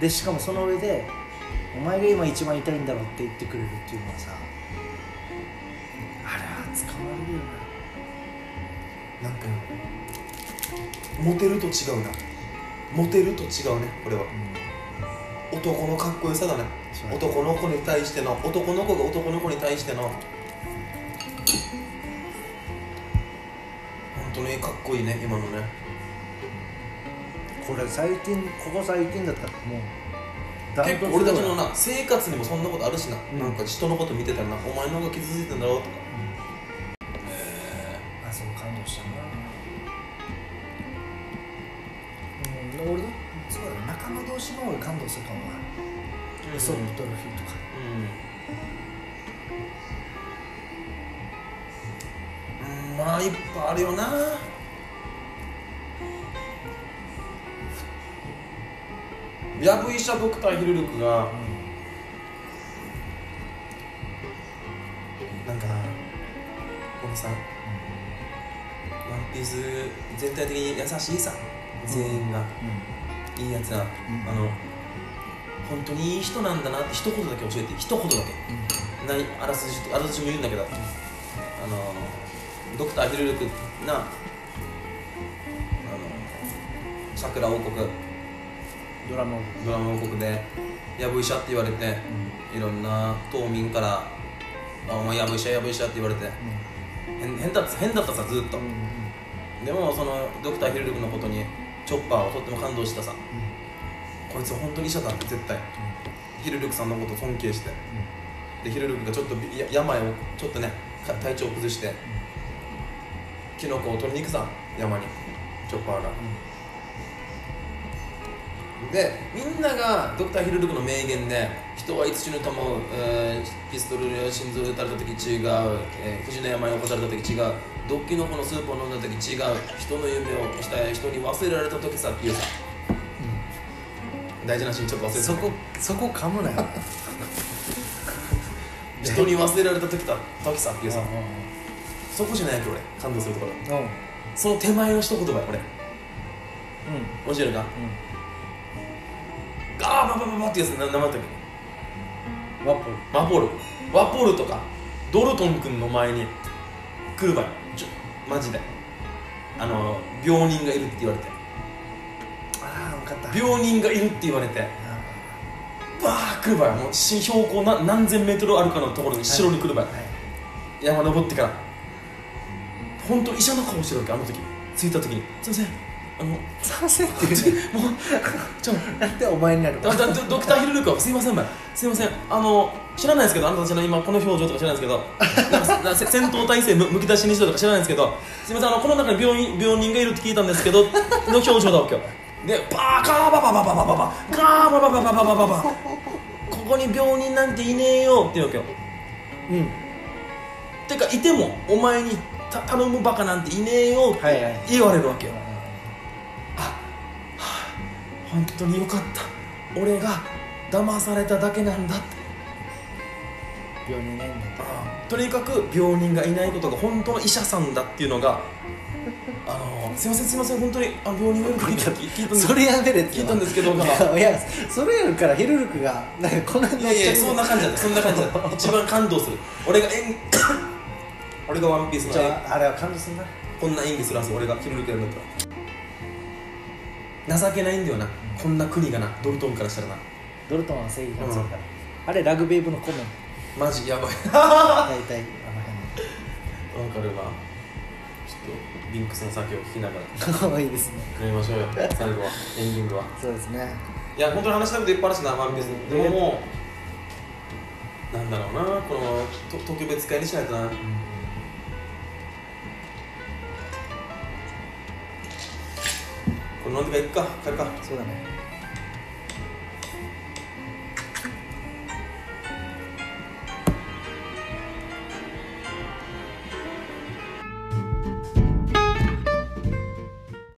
Speaker 2: でしかもその上でお前が今一番痛いんだろって言ってくれるっていうのはさあれは使われるよな
Speaker 1: なんかモテると違うなモテると違うねこれは男のかっこよさだね
Speaker 2: そう
Speaker 1: 男の子に対しての男の子が男の子に対しての本当にかっこいいね今のね
Speaker 2: これ最近ここ最近だったらもうダ
Speaker 1: 結
Speaker 2: ントツ
Speaker 1: 構
Speaker 2: で
Speaker 1: 俺たちのな生活にもそんなことあるしな、
Speaker 2: うん
Speaker 1: なんか人のこと見てたらなお前の方が傷ついてんだろうとか
Speaker 2: あそう感動したなうん俺のそうだな仲間同士の方が感動するかもな
Speaker 1: うん
Speaker 2: そうドルフィンとか
Speaker 1: うん、うん、まあいっぱいあるよなヤブ医者ドクターヒルルクがなんかこのさ、ワンピース全体的に優しいさ全員がいいやつな、
Speaker 2: ん
Speaker 1: あの本当にいい人なんだなって一言だけ教えて一言だけないあらすじあらすじも言うんだけど、あのドクターヒルルクなあの桜王国
Speaker 2: ドラマを
Speaker 1: ドラマ王国でヤブ医者って言われていろんな島民から「あお前ヤブ医者ヤブ医者」って言われて変変だった変だったさずっと、でもそのドクターヒルルクのことにチョッパーをとっても感動したさこいつ本当に医者だって絶対ヒルルクさんのこと尊敬してでヒルルクがちょっとびや病をちょっとねか体調を崩してキノコを取りに行くさ山にチョッパーがでみんながドクターヒルルクの名言で人はいつ死ぬとも、えーピストルや心臓を撃たれた時違う、えー、富士の山に起こされた時違う毒キノコのスープを飲んだ時違う人の夢をしたい人に忘れられた時さっていうさ大事なシーンちょっと忘れてた
Speaker 2: そこそこ噛むなよ
Speaker 1: 人に忘れられた時だ時さっていうさ
Speaker 2: うんうん
Speaker 1: そこじゃないわけ俺感動するところ
Speaker 2: うんうん
Speaker 1: その手前の一言が俺面白いなガーバババババってやつな名前だったっけ
Speaker 2: うんワップル
Speaker 1: ワポールワポールとかドルトン君の前に来る場合ちょマジであの病人がいるって言われて
Speaker 2: ああ分かった
Speaker 1: 病人がいるって言われて
Speaker 2: あ
Speaker 1: バー来る場合もうし標高な何千メートルあるかのところに城に来る場合、
Speaker 2: ーはい
Speaker 1: 山登ってから本当医者の顔してるわけあの時着いた時に「すいませんあの
Speaker 2: させって
Speaker 1: ち
Speaker 2: いうね
Speaker 1: もうちょ
Speaker 2: なんでお前になるの
Speaker 1: だだドドクターヒルルクはすいません前すいませんあの知らないですけどあなたたちの今この表情とか知らないですけどなんかなせ戦闘態勢むむき出しにしたとか知らないですけどすいませんあのこの中に病院病人がいるって聞いたんですけどの表情だわけよでバーカーバババババババガーババババババババここに病人なんていねえよって言うわけよ
Speaker 2: うん
Speaker 1: てかいてもお前にた頼むバカなんていねえよっ
Speaker 2: はいはい
Speaker 1: て言われるわけよ、あはあ本当によかった俺が騙されただけなんだって
Speaker 2: 病人ねんだ
Speaker 1: とにかく病人がいないことが本当の医者さんだっていうのがあのすいませんすいません本当にあの病人がいるって聞いた聞いたん
Speaker 2: と
Speaker 1: です
Speaker 2: それやめれって
Speaker 1: 聞いたんですけどまあ
Speaker 2: いやそれやるからヘルルクがなんかこんなに
Speaker 1: い
Speaker 2: な
Speaker 1: や
Speaker 2: っ
Speaker 1: い
Speaker 2: ちゃ
Speaker 1: やそんな感じだったそんな感じだった一番感動する俺が演 俺がワンピースの
Speaker 2: じ
Speaker 1: 演
Speaker 2: ゃああれは感動するな
Speaker 1: こんな演技するはず俺が切り抜けるんだったら情けないんだよなこんな国がなドルトンからしたらな
Speaker 2: ドルトンは正義感するから、あれラグビー部の顧問
Speaker 1: マジやばい
Speaker 2: 大体あの辺で
Speaker 1: わかるわちょっとビンクスの酒を聞きながら
Speaker 2: 可愛いですね
Speaker 1: 飲みましょうよ最後はエンディングは
Speaker 2: そうですね
Speaker 1: いや本当に話したいこといっぱいあるしなワンピースでももうなんだろうなこのと特別会にしないとなこれ飲んでから行くか帰るか
Speaker 2: そうだね